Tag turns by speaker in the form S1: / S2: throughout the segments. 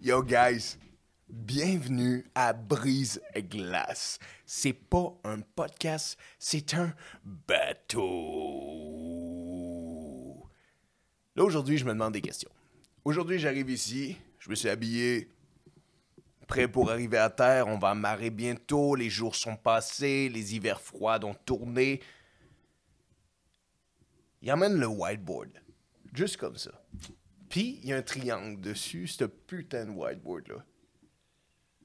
S1: Yo, guys, bienvenue à Brise Glace. C'est pas un podcast, c'est un bateau. Là, aujourd'hui, je me demande des questions. Aujourd'hui, j'arrive ici, je me suis habillé, prêt pour arriver à terre, on va amarrer bientôt, les jours sont passés, les hivers froids ont tourné. Il emmène le whiteboard, juste comme ça. Puis, il y a un triangle dessus, ce putain de whiteboard-là.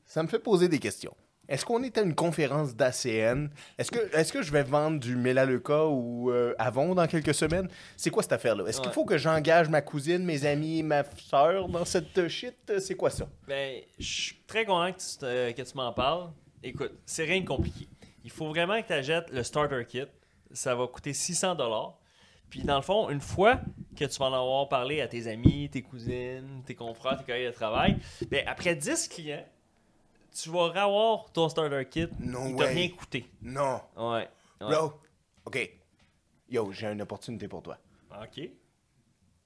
S1: Ça me fait poser des questions. Est-ce qu'on est à une conférence d'ACN? Est-ce que, est que je vais vendre du Melaleuca ou euh, Avon dans quelques semaines? C'est quoi cette affaire-là? Est-ce qu'il
S2: Ouais.
S1: faut que j'engage ma cousine, mes amis, ma soeur dans cette euh, shit? C'est quoi ça?
S2: Ben, je suis très content que tu, te- que tu m'en parles. Écoute, c'est rien de compliqué. Il faut vraiment que tu achètes le starter kit. Ça va coûter 600 Puis, dans le fond, une fois que tu vas en avoir parlé à tes amis, tes cousines, tes confrères, tes collègues de travail, ben, après 10 clients, tu vas avoir ton starter kit.
S1: No
S2: Il t'a
S1: way.
S2: rien coûté.
S1: Non.
S2: Ouais. ouais.
S1: Bro, OK. Yo, j'ai une opportunité pour toi.
S2: OK.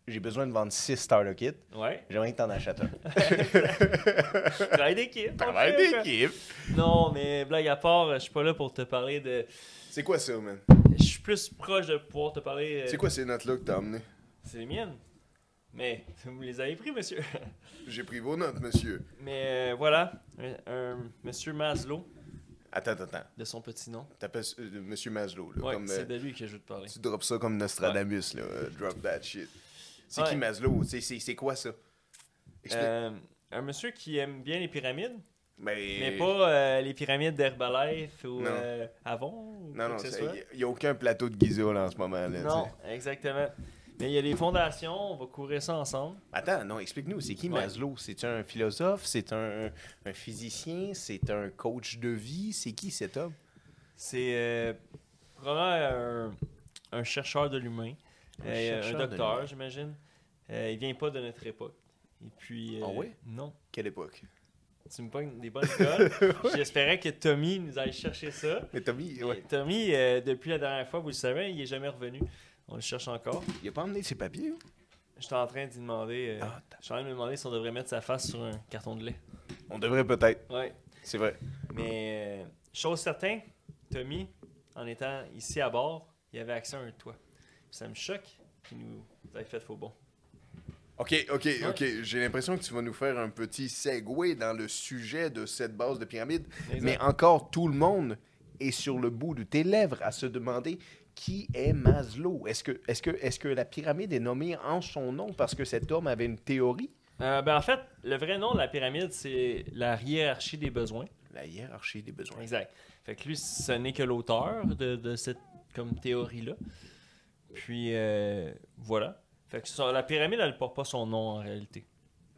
S1: J'ai besoin de vendre 6 starter kits.
S2: Ouais.
S1: J'aimerais que t'en achètes un.
S2: Travail d'équipe. on
S1: Travail
S2: fait, quoi.
S1: d'équipe.
S2: Non, mais blague à part, je suis pas là pour te parler de.
S1: C'est quoi ça, man?
S2: Je suis plus proche de pouvoir te parler. euh,
S1: C'est quoi ces notes-là que t'as emmenées?
S2: C'est les miennes. Mais vous les avez pris, monsieur.
S1: J'ai pris vos notes, monsieur.
S2: Mais euh, voilà, un, un monsieur Maslow,
S1: Attends, attends, attends.
S2: de son petit nom.
S1: T'appelles euh, monsieur Maslow, là.
S2: Ouais,
S1: comme,
S2: c'est
S1: euh,
S2: de lui que je veux te parler.
S1: Tu drops ça comme Nostradamus, là. euh, drop that shit. C'est
S2: Ouais.
S1: qui Maslow? C'est- C'est c'est quoi ça? Explique.
S2: Euh, un monsieur qui aime bien les pyramides,
S1: mais...
S2: mais pas euh, les pyramides d'Herbalife ou
S1: Non.
S2: euh, Avon. ou
S1: Non, non,
S2: quoi que ce
S1: c'est-
S2: soit.
S1: il n'y a aucun plateau de Giza, là, en ce moment, là.
S2: Non,
S1: tu sais.
S2: exactement. Mais il y a les fondations, on va courir ça ensemble.
S1: Attends, non, explique-nous, c'est qui
S2: Ouais.
S1: Maslow? C'est un philosophe? C'est un, un physicien? C'est un coach de vie? C'est qui cet homme?
S2: C'est euh, probablement un, un chercheur de l'humain,
S1: Un
S2: Euh,
S1: chercheur
S2: un,
S1: de l'humain.
S2: docteur, j'imagine. Euh, il vient pas de notre époque. Et puis.
S1: Ah
S2: euh,
S1: ouais?
S2: Non.
S1: Quelle époque?
S2: Tu me pognes des bonnes colles. J'espérais que Tommy nous aille chercher ça.
S1: Mais Tommy,
S2: Et Tommy, euh, depuis la dernière fois, vous le savez, il est jamais revenu. On le cherche encore.
S1: il a pas emmené ses papiers? hein?
S2: J'étais en train d'y demander. euh,
S1: Ah,
S2: je suis en train de me demander si on devrait mettre sa face sur un carton de lait.
S1: On devrait peut-être,
S2: Ouais.
S1: c'est vrai.
S2: Mais euh, chose certaine, Tommy, en étant ici à bord, il avait accès à un toit. Ça me choque qu'il nous ait fait faux bon.
S1: Ok, ok, ok. J'ai l'impression que tu vas nous faire un petit segue dans le sujet de cette base de pyramide. Mais encore, tout le monde est sur le bout de tes lèvres à se demander qui est Maslow. Est-ce que, est que, est que la pyramide est nommée en son nom parce que cet homme avait une théorie?
S2: Euh, ben, en fait, le vrai nom de la pyramide, c'est la hiérarchie des besoins.
S1: La hiérarchie des besoins.
S2: Exact. Fait que lui, ce n'est que l'auteur de, de cette comme théorie-là. Puis euh, voilà. Fait que ça- la pyramide, elle ne porte pas son nom en réalité.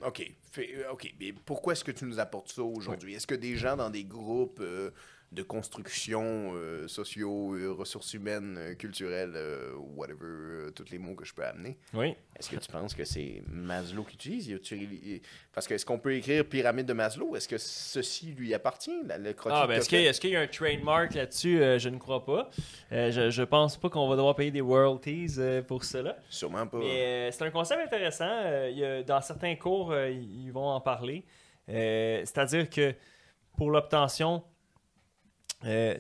S1: OK. Fait- euh, OK. Mais pourquoi est-ce que tu nous apportes ça aujourd'hui? Est-ce que des gens dans des groupes euh, de construction euh, sociaux, euh, ressources humaines, euh, culturelles, euh, whatever, euh, tous les mots que je peux amener,
S2: Oui.
S1: est-ce que tu penses que c'est Maslow qui utilise? Y a-tu- y- Parce que est-ce qu'on peut écrire pyramide de Maslow? Est-ce que ceci lui appartient? la- le croquis
S2: Ah,
S1: que
S2: ben,
S1: t'as
S2: est-ce qu'il y,
S1: fait?
S2: a- est-ce qu'il y a un trademark là-dessus Euh, Je ne crois pas. Euh, je, je pense pas qu'on va devoir payer des royalties euh, pour cela.
S1: Sûrement pas.
S2: Mais euh, c'est un concept intéressant. Euh, il y a- dans certains cours, euh, ils ils vont en parler. Euh, C'est-à-dire que pour l'obtention euh,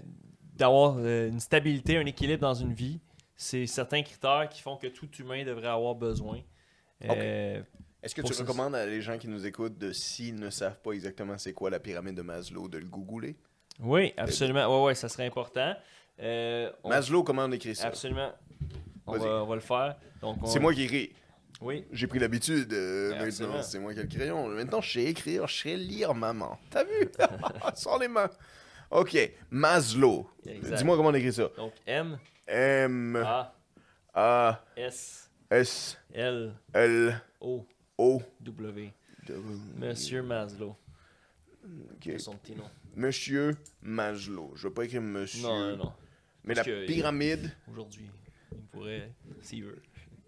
S2: d'avoir euh, une stabilité, un équilibre dans une vie, c'est certains critères qui font que tout humain devrait avoir besoin. Euh,
S1: Est-ce que
S2: pour
S1: tu
S2: ça,
S1: recommandes à les gens qui nous écoutent de s'ils ne savent pas exactement c'est quoi la pyramide de Maslow, de le googler?
S2: Oui, absolument. Oui, oui, ça serait important. Euh, on-
S1: Maslow, comment on écrit ça?
S2: absolument. On
S1: Vas-y.
S2: va, on va le faire. Donc, on-
S1: C'est moi qui écris.
S2: Oui,
S1: J'ai pris l'habitude euh,
S2: Ouais,
S1: maintenant,
S2: absolument.
S1: c'est moi qui ai le crayon. Maintenant, je sais écrire, je sais lire, maman. T'as vu Sors les mains. Ok, Maslow.
S2: Exact.
S1: Dis-moi comment on écrit ça.
S2: donc M,
S1: M
S2: A,
S1: A
S2: S,
S1: S
S2: L,
S1: L
S2: O,
S1: O.
S2: W.
S1: W.
S2: Monsieur Maslow,
S1: Ok.
S2: c'est euh, son petit nom.
S1: Monsieur Maslow. Je vais pas écrire Monsieur.
S2: Non, non, non.
S1: Mais la
S2: Parce que-
S1: pyramide.
S2: Aujourd'hui, il pourrait, s'il veut.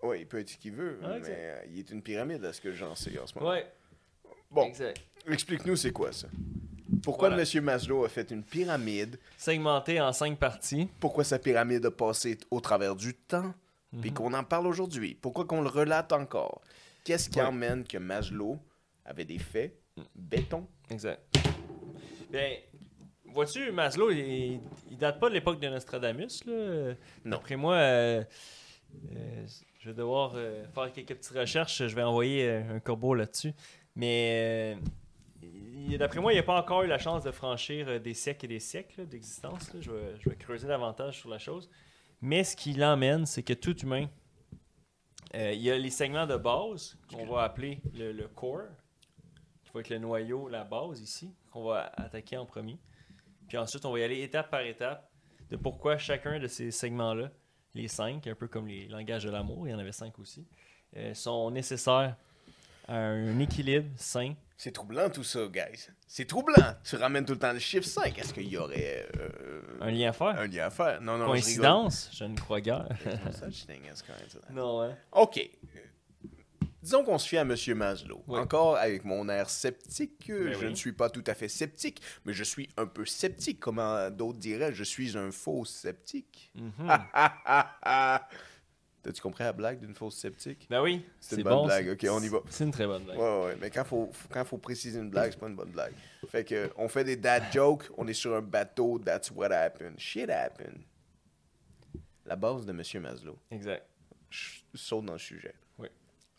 S1: Oui, il peut être ce qu'il veut,
S2: Ah, ok.
S1: mais euh, il est une pyramide à ce que j'en sais en ce moment.
S2: Ouais,
S1: Bon,
S2: exact.
S1: explique-nous c'est quoi ça. Pourquoi
S2: Voilà.
S1: Monsieur Maslow a fait une pyramide
S2: Segmenté en cinq parties.
S1: pourquoi sa pyramide a passé au travers du temps,
S2: Mhm.
S1: puis qu'on en parle aujourd'hui. Pourquoi qu'on le relate encore. Qu'est-ce qui
S2: Ouais.
S1: emmène que Maslow avait des faits, Béton.
S2: Exact. Ben, vois-tu, Maslow, il, il date pas de l'époque de Nostradamus, là.
S1: Non.
S2: Après moi, euh, euh, je vais devoir euh, faire quelques petites recherches. Je vais envoyer euh, un corbeau là-dessus. Mais euh, il- d'après moi, il n'a pas encore eu la chance de franchir euh, des siècles et des siècles là, d'existence. là. Je, vais, je vais creuser davantage sur la chose. Mais ce qui l'emmène, c'est que tout humain, euh, il y a les segments de base qu'on va appeler le, le core, qui va être le noyau, la base ici, qu'on va attaquer en premier. Puis ensuite, on va y aller étape par étape de pourquoi chacun de ces segments-là, les cinq, un peu comme les langages de l'amour, il y en avait cinq aussi, euh, sont nécessaires à un équilibre sain.
S1: C'est troublant tout ça, guys. C'est troublant. Tu ramènes tout le temps le chiffre 5. Est-ce qu'il y aurait euh,
S2: Un lien à faire.
S1: un lien à faire? Non, non, je
S2: Coïncidence, je, ne crois guère.
S1: rigole. There's no such thing as coincidence.
S2: non, hein?
S1: OK. Euh, Disons qu'on se fie à M. Maslow.
S2: Oui.
S1: Encore avec mon air sceptique, euh,
S2: Ben
S1: je
S2: oui.
S1: ne suis pas tout à fait sceptique, mais je suis un peu sceptique. Comment d'autres diraient, je suis un faux sceptique.
S2: Mhm.
S1: Ah, ah, ah. T'as-tu compris la blague d'une fausse sceptique?
S2: Ben oui,
S1: C'est une bonne
S2: bon,
S1: blague.
S2: c'est-
S1: Ok, on y va.
S2: C'est une très bonne blague.
S1: Ouais, ouais, mais quand faut, faut- quand faut préciser une blague, c'est pas une bonne blague. Fait que, euh, on fait des dad jokes, on est sur un bateau, that's what happened. Shit happened. La base de M. Maslow.
S2: Exact.
S1: Je saute dans le sujet.
S2: Oui.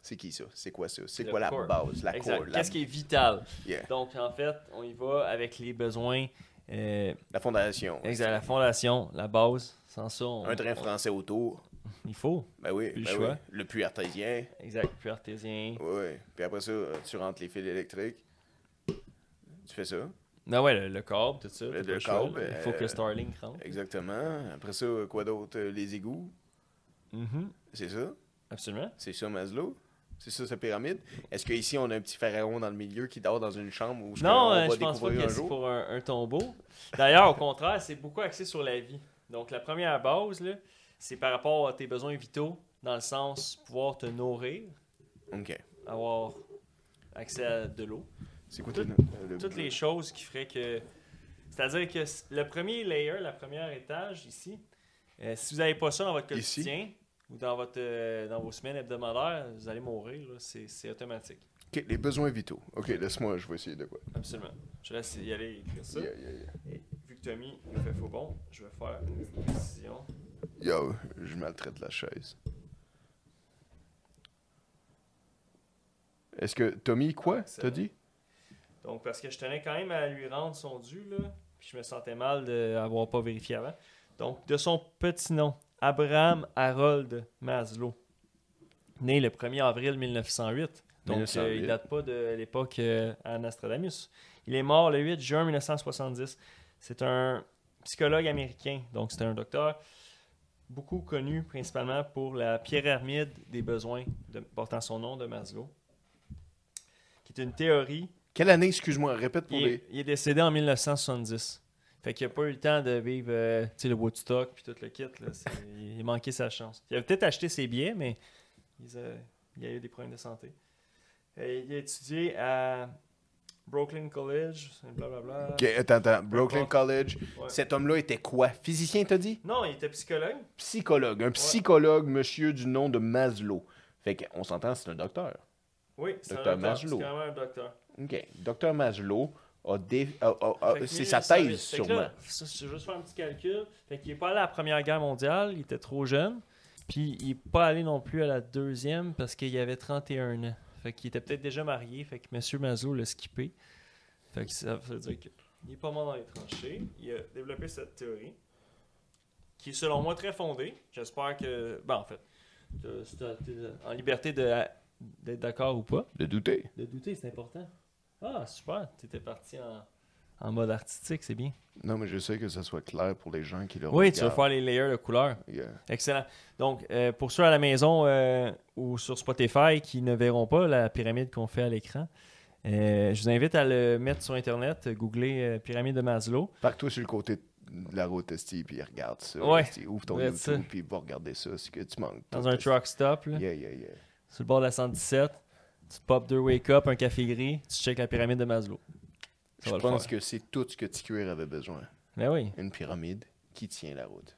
S1: C'est qui ça? C'est quoi ça? C'est
S2: Le
S1: quoi la
S2: core.
S1: base? La
S2: Exact.
S1: core? La,
S2: Qu'est-ce qui est vital?
S1: Yeah.
S2: Donc, en fait, on y va avec les besoins. euh,
S1: la fondation.
S2: exact, la fondation, la base. Sans ça, on-
S1: Un train
S2: on-
S1: français autour.
S2: il faut.
S1: Ben oui,
S2: Puis le
S1: ben oui.
S2: choix.
S1: Le puits artésien.
S2: Exact, puis artésien.
S1: Oui, oui. Puis après ça, euh, tu rentres les fils électriques. Tu fais ça.
S2: Non, ouais, le, le câble, tout ça.
S1: Le-
S2: t'as pas
S1: le
S2: choix,
S1: câble,
S2: là. Il faut
S1: euh,
S2: que Starlink rentre.
S1: Exactement. Après ça, euh, quoi d'autre? Euh, Les égouts.
S2: Mhm,
S1: C'est ça.
S2: Absolument.
S1: C'est ça, Maslow? C'est ça, sa pyramide? Est-ce qu'ici, on a un petit pharaon dans le milieu qui dort dans une chambre où
S2: non,
S1: on
S2: euh,
S1: va
S2: je pense pas
S1: découvrir
S2: que
S1: un
S2: c'est
S1: jour?
S2: pour un, un tombeau. D'ailleurs, au contraire, c'est beaucoup axé sur la vie. Donc, la première base, là, c'est par rapport à tes besoins vitaux, dans le sens pouvoir te nourrir,
S1: OK.
S2: avoir accès à de l'eau.
S1: C'est quoi
S2: Tout-
S1: tout, le...
S2: Toutes les choses qui feraient que. C'est-à-dire que s- le premier layer, la première étage ici, euh, si vous n'avez pas ça dans votre
S1: Ici.
S2: quotidien ou dans, votre, euh, dans vos semaines hebdomadaires, vous allez mourir. là. C'est c'est automatique.
S1: OK, les besoins vitaux. OK, laisse-moi, je vais essayer de quoi.
S2: Absolument. Je laisse y aller écrire ça.
S1: Yeah, yeah, yeah.
S2: Et vu que Tommy nous fait faux bon, je vais faire une petite précision.
S1: Yo, je maltraite la chaise. Est-ce que Tommy, quoi, t'as
S2: Excellent.
S1: dit?
S2: Donc, parce que je tenais quand même à lui rendre son dû, là, puis je me sentais mal d'avoir pas vérifié avant. Donc, de son petit nom, Abraham Harold Maslow, né le 1er avril 1908. Donc,
S1: 1908.
S2: euh, il date pas de l'époque euh, à Nostradamus. Il est mort le 8 juin 1970. C'est un psychologue américain, donc c'est un docteur beaucoup connu principalement pour la pyramide des besoins de- portant son nom de Maslow, qui est une théorie
S1: Quelle année, excuse-moi, répète pour
S2: il,
S1: les...
S2: est, il est décédé en 1970. Fait qu'il n'a pas eu le temps de vivre euh, tu sais, le Woodstock puis tout le kit. Là. C'est- Il manquait sa chance. Il avait peut-être acheté ses billets, mais il a, il a eu des problèmes de santé. Euh, il a étudié à Brooklyn College, blablabla.
S1: OK, attends, attends. Brooklyn
S2: importe.
S1: College.
S2: Ouais.
S1: Cet homme-là était quoi? Physicien, t'as dit?
S2: Non, il était psychologue.
S1: Psychologue. Un psychologue, monsieur du nom de Maslow. Fait qu'on s'entend, c'est un docteur.
S2: Oui, c'est un
S1: Docteur
S2: docteur. C'est
S1: Maslow.
S2: quand même un docteur.
S1: OK. Docteur Maslow a dé- a- a- a-
S2: Fait que
S1: Ah, c'est
S2: lui,
S1: sa
S2: ça,
S1: thèse,
S2: fait que
S1: sûrement.
S2: là, ça, Je vais juste faire un petit calcul. Fait qu'il n'est pas allé à la Première Guerre mondiale, il était trop jeune. Puis il n'est pas allé non plus à la deuxième parce qu'il avait 31 ans. Fait qu'il était peut-être déjà marié, fait que M. Mazot l'a skippé. Fait que ça veut dire qu'il n'est pas mort dans les tranchées. Il a développé cette théorie qui est selon moi très fondée. J'espère que. Ben, en fait, t'as- t'as- t'es en liberté de- d'être d'accord ou pas.
S1: De douter.
S2: De douter, c'est important. Ah, super. Tu étais parti en, en mode artistique, c'est bien.
S1: Non, mais je sais que ça soit clair pour les gens qui le
S2: Oui, tu vas faire les layers de couleurs. Excellent. Donc, euh, pour ceux à la maison euh, ou sur Spotify qui ne verront pas la pyramide qu'on fait à l'écran, euh, je vous invite à le mettre sur Internet, euh, googler euh, pyramide de Maslow.
S1: Parque-toi sur le côté de la route Esti, puis regarde ça.
S2: Ouais.
S1: esti. Ouvre ton
S2: Regarde
S1: YouTube,
S2: ça.
S1: puis va regarder ça, ce que tu manques.
S2: Dans un
S1: Esti.
S2: truck stop, là,
S1: Yeah, yeah, yeah.
S2: sur le bord de la 117, tu popes deux wake-up, un café gris, tu checkes la pyramide de Maslow. Ça
S1: je
S2: va le
S1: pense
S2: faire.
S1: que c'est tout ce que Ticuir avait besoin.
S2: Ben oui,
S1: Une pyramide qui tient la route.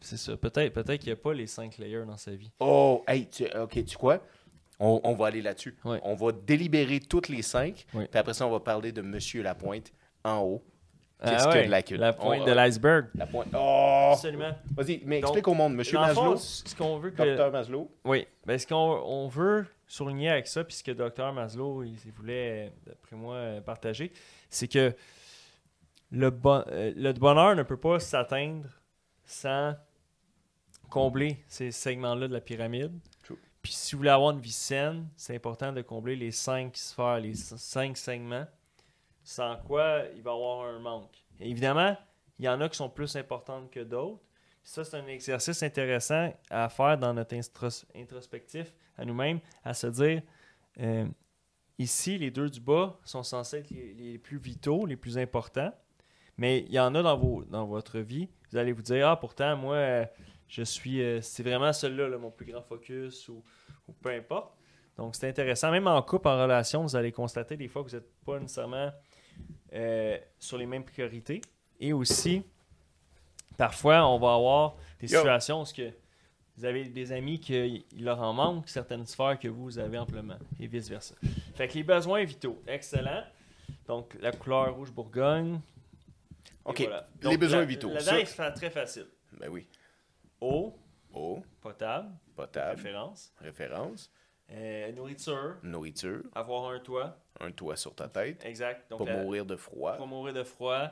S2: c'est ça. Peut-être peut qu'il n'y a pas les cinq layers dans sa vie.
S1: Oh, hey, tu, ok, tu quoi? On, on va aller là-dessus.
S3: Ouais.
S1: On va délibérer toutes les cinq.
S3: Ouais.
S1: Puis après ça, on va parler de Monsieur Lapointe en haut.
S3: Ah
S1: Qu'est-ce qu'il y a
S3: ouais,
S1: de la queue?
S3: La pointe
S1: On-
S3: de l'iceberg.
S1: La pointe. Oh!
S2: Absolument.
S1: Vas-y, mais
S2: Donc,
S1: explique au monde. Monsieur
S2: Dans le fond,
S1: Maslow,
S2: ce qu'on veut que.
S1: docteur Maslow.
S2: Oui, ben, ce qu'on on veut souligner avec ça, puis ce que Dr Maslow il voulait, euh, d'après moi, euh, partager, c'est que le, bon- euh, le bonheur ne peut pas s'atteindre sans combler ces segments-là de la pyramide.
S1: True.
S2: Puis si vous voulez avoir une vie saine, c'est important de combler les cinq sphères, les c- cinq segments, sans quoi il va y avoir un manque. Et évidemment, il y en a qui sont plus importantes que d'autres. Ça, c'est un exercice intéressant à faire dans notre instros- introspectif à nous-mêmes, à se dire euh, ici, les deux du bas sont censés être les, les plus vitaux, les plus importants, mais il y en a dans, vos, dans votre vie. Vous allez vous dire Ah, pourtant, moi, euh, je suis. euh, c'est vraiment celui-là, là, mon plus grand focus ou, ou peu importe. Donc, c'est intéressant. Même en couple, en relation, vous allez constater des fois que vous n'êtes pas nécessairement euh, sur les mêmes priorités. Et aussi, parfois, on va avoir des
S1: Yo.
S2: situations où ce que vous avez des amis qui il leur en manque certaines sphères que vous avez amplement et vice-versa. Fait que les besoins vitaux, excellent. Donc, la couleur rouge Bourgogne. Et
S1: OK.
S2: voilà.
S1: Les
S2: Donc,
S1: besoins
S2: la-
S1: vitaux.
S2: Là-dedans,
S1: Ça-
S2: il se fait très facile.
S1: Ben oui.
S2: Eau,
S1: Eau,
S2: potable,
S1: potable,
S2: référence.
S1: référence,
S2: Euh, nourriture,
S1: nourriture,
S2: avoir un toit.
S1: un toit sur ta tête,
S2: Exact. Donc,
S1: pas
S2: la-
S1: mourir de froid.
S2: pas mourir de froid.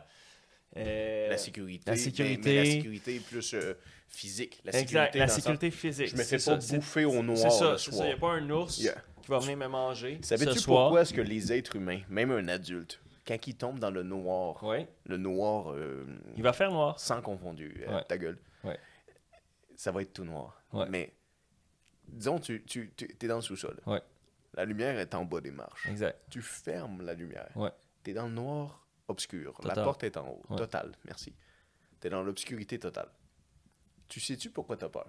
S2: Euh,
S1: La sécurité.
S2: la
S1: mais- mais
S2: sécurité.
S1: la sécurité plus euh, physique. La sécurité.
S2: exact, la
S1: dans le sens-
S2: sécurité physique.
S1: Je me fais
S2: c'est
S1: pas
S2: ça, c'est-
S1: bouffer au noir
S2: C'est ça,
S1: le
S2: c'est ça. Il
S1: soir.
S2: n'y a pas un ours
S1: Yeah.
S2: qui va venir me manger.
S1: Savais-tu
S2: ce soir.
S1: pourquoi est-ce que les êtres humains, même un adulte, quand il tombe dans le noir,
S2: Oui,
S1: le noir euh,
S2: il va faire noir.
S1: sans confondu, euh,
S3: Ouais.
S1: ta gueule,
S3: Ouais.
S1: ça va être tout noir.
S3: Ouais.
S1: Mais disons, tu, tu, es dans le sous-sol.
S3: Ouais.
S1: La lumière est en bas des marches.
S3: Exact.
S1: Tu fermes la lumière.
S3: Ouais.
S1: Tu es dans le noir obscur. La
S3: Total.
S1: porte est en haut.
S3: Ouais.
S1: Total, merci. Tu es dans l'obscurité totale. Tu sais-tu pourquoi tu as peur?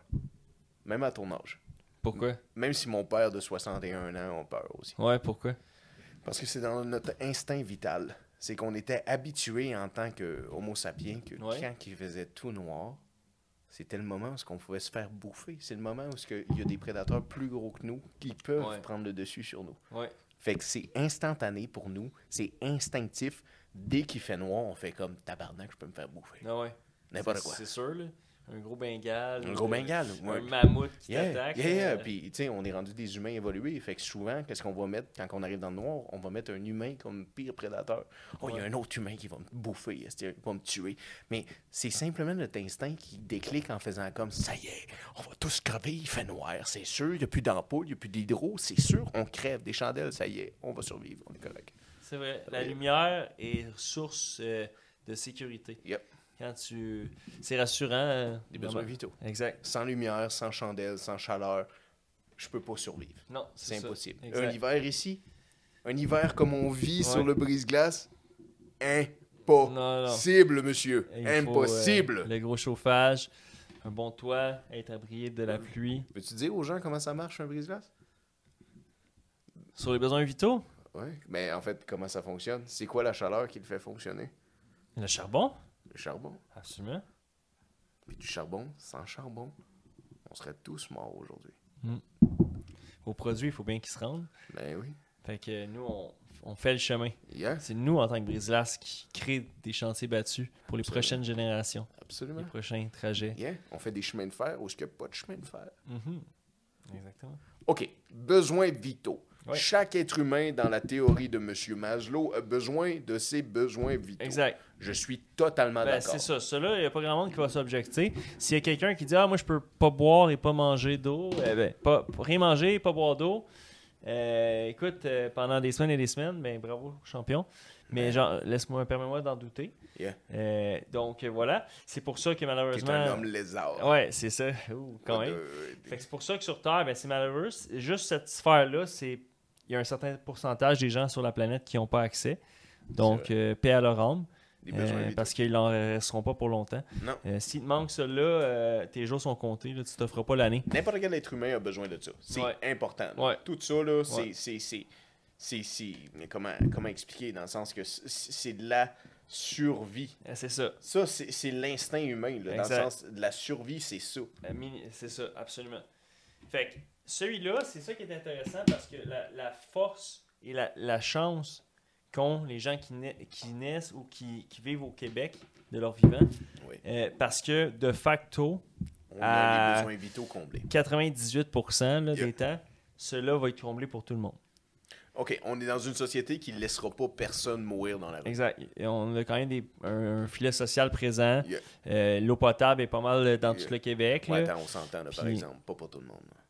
S1: Même à ton âge.
S3: Pourquoi?
S1: Même si mon père de 61 ans a peur aussi.
S3: Ouais, pourquoi?
S1: Parce que c'est dans notre instinct vital. C'est qu'on était habitué en tant que homo sapiens que
S3: Ouais.
S1: quand il faisait tout noir, c'était le moment où on pouvait se faire bouffer. C'est le moment où il y a des prédateurs plus gros que nous qui peuvent
S3: Ouais.
S1: prendre le dessus sur nous.
S3: Ouais.
S1: Fait que c'est instantané pour nous, c'est instinctif. Dès qu'il fait noir, on fait comme tabarnak, je peux me faire bouffer.
S2: Ah
S3: Non, ouais.
S1: N'importe
S3: C'est-
S1: quoi.
S3: C'est sûr, là. Un gros bengal.
S1: Un gros
S3: euh,
S1: bengale.
S3: Un
S1: ouais.
S3: mammouth qui
S1: Yeah,
S3: t'attaque.
S1: yeah, yeah.
S3: euh,
S1: Puis, tu sais, on est rendu des humains évolués. Fait que souvent, qu'est-ce qu'on va mettre quand on arrive dans le noir? On va mettre un humain comme pire prédateur. Oh, il y a
S3: Ouais.
S1: un autre humain qui va me bouffer, esti, qui va me tuer. Mais c'est simplement notre instinct qui déclic en faisant comme ça y est, on va tous crever, il fait noir, c'est sûr, il n'y a plus d'ampoule, il n'y a plus d'hydro, c'est sûr, on crève des chandelles, ça y est, on va survivre, on est correct.
S2: C'est vrai. La
S1: Ah Oui.
S2: lumière est source euh, de sécurité.
S1: Yep.
S2: Quand tu. C'est rassurant. euh,
S1: Des besoins
S2: vraiment.
S1: vitaux.
S2: Exact.
S1: Sans lumière, sans chandelle, sans chaleur, je peux pas survivre.
S2: Non,
S1: C'est
S2: ça.
S1: impossible.
S2: Exact.
S1: Un hiver ici, un hiver comme on vit sur
S2: Ouais.
S1: le brise-glace,
S2: Non, non.
S1: impossible, monsieur.
S2: Il faut,
S1: impossible.
S2: euh, le gros chauffage, un bon toit, être abrié de la pluie.
S1: Peux-tu dire aux gens comment ça marche un brise-glace?
S2: Sur les besoins vitaux,
S1: Oui. Mais en fait, comment ça fonctionne? C'est quoi la chaleur qui le fait fonctionner?
S2: le charbon,
S1: Le charbon.
S2: absolument.
S1: Puis du charbon, sans charbon, on serait tous morts aujourd'hui.
S2: Aux produits, il faut bien qu'ils se rendent.
S1: Ben oui.
S2: Fait que euh, nous, on, on fait le chemin.
S1: Yeah,
S2: C'est nous, en tant que Brise-Glace, qui crée des chantiers battus pour les
S1: Absolument.
S2: prochaines générations, les
S1: absolument.
S2: prochains trajets.
S1: Yeah. On fait des chemins de fer ou ce qu'il n'y a pas de chemin de fer.
S2: Mhm. Exactement.
S1: OK. Besoins vitaux.
S2: Ouais.
S1: Chaque être humain, dans la théorie de M. Maslow, a besoin de ses besoins vitaux.
S2: Exact.
S1: Je suis totalement
S2: Ben,
S1: Ah, d'accord.
S2: c'est ça. Cela, il n'y a pas grand monde qui va s'objecter. S'il y a quelqu'un qui dit Ah, moi, je peux pas boire et pas manger d'eau, eh ben, pas, pas rien manger et pas boire d'eau, euh, écoute, euh, pendant des semaines et des semaines, ben, bravo, champion. Mais genre, laisse-moi, permets-moi d'en douter.
S1: Ben. Yeah.
S2: Euh, donc, euh, voilà. C'est pour ça que
S1: T'es
S2: malheureusement.
S1: un homme lézard.
S2: Ouais, c'est ça. Ouh, quand
S1: Pas
S2: même.
S1: de-
S2: Fait que c'est pour ça que sur Terre, ben, c'est malheureux. C'est- Juste cette sphère-là, c'est il y a un certain pourcentage des gens sur la planète qui n'ont pas accès. Donc, euh, paix à leur âme.
S1: des besoins
S2: euh,
S1: vitaux.
S2: parce qu'ils n'en resteront pas pour longtemps.
S1: Non.
S2: Euh, S'il te manque cela, euh, tes jours sont comptés. là, tu t'offres pas l'année.
S1: N'importe quel être humain a besoin de ça. C'est
S2: Ouais.
S1: important. là.
S2: Ouais.
S1: Tout ça, là, c'est-
S2: Ouais.
S1: c'est- c'est. c'est- c'est- mais comment, comment expliquer Dans le sens que c'est- c'est de la survie.
S2: Euh, c'est ça.
S1: Ça, c'est c'est l'instinct humain. là, dans le
S2: Exact. Euh,
S1: sens de la survie, c'est ça.
S2: La mini- C'est ça, absolument. Fait que Celui-là, c'est ça qui est intéressant parce que la, la force et la, la chance qu'ont les gens qui, na- qui naissent ou qui, qui vivent au Québec de leur vivant.
S1: Oui.
S2: Euh, parce que de facto,
S1: On a
S2: Ah.
S1: les besoins vitaux comblés.
S2: 98% là,
S1: Yeah.
S2: des temps, cela va être comblé pour tout le monde.
S1: OK, on est dans une société qui ne laissera pas personne mourir dans la rue.
S2: Exact. Et on a quand même des- un, un filet social présent.
S1: Yeah.
S2: Euh, L'eau potable est pas mal euh, dans
S1: Yeah.
S2: tout le Québec.
S1: Ouais,
S2: là.
S1: attends, on s'entend, là, par
S2: Puis-
S1: exemple. Pas pour tout le monde. là.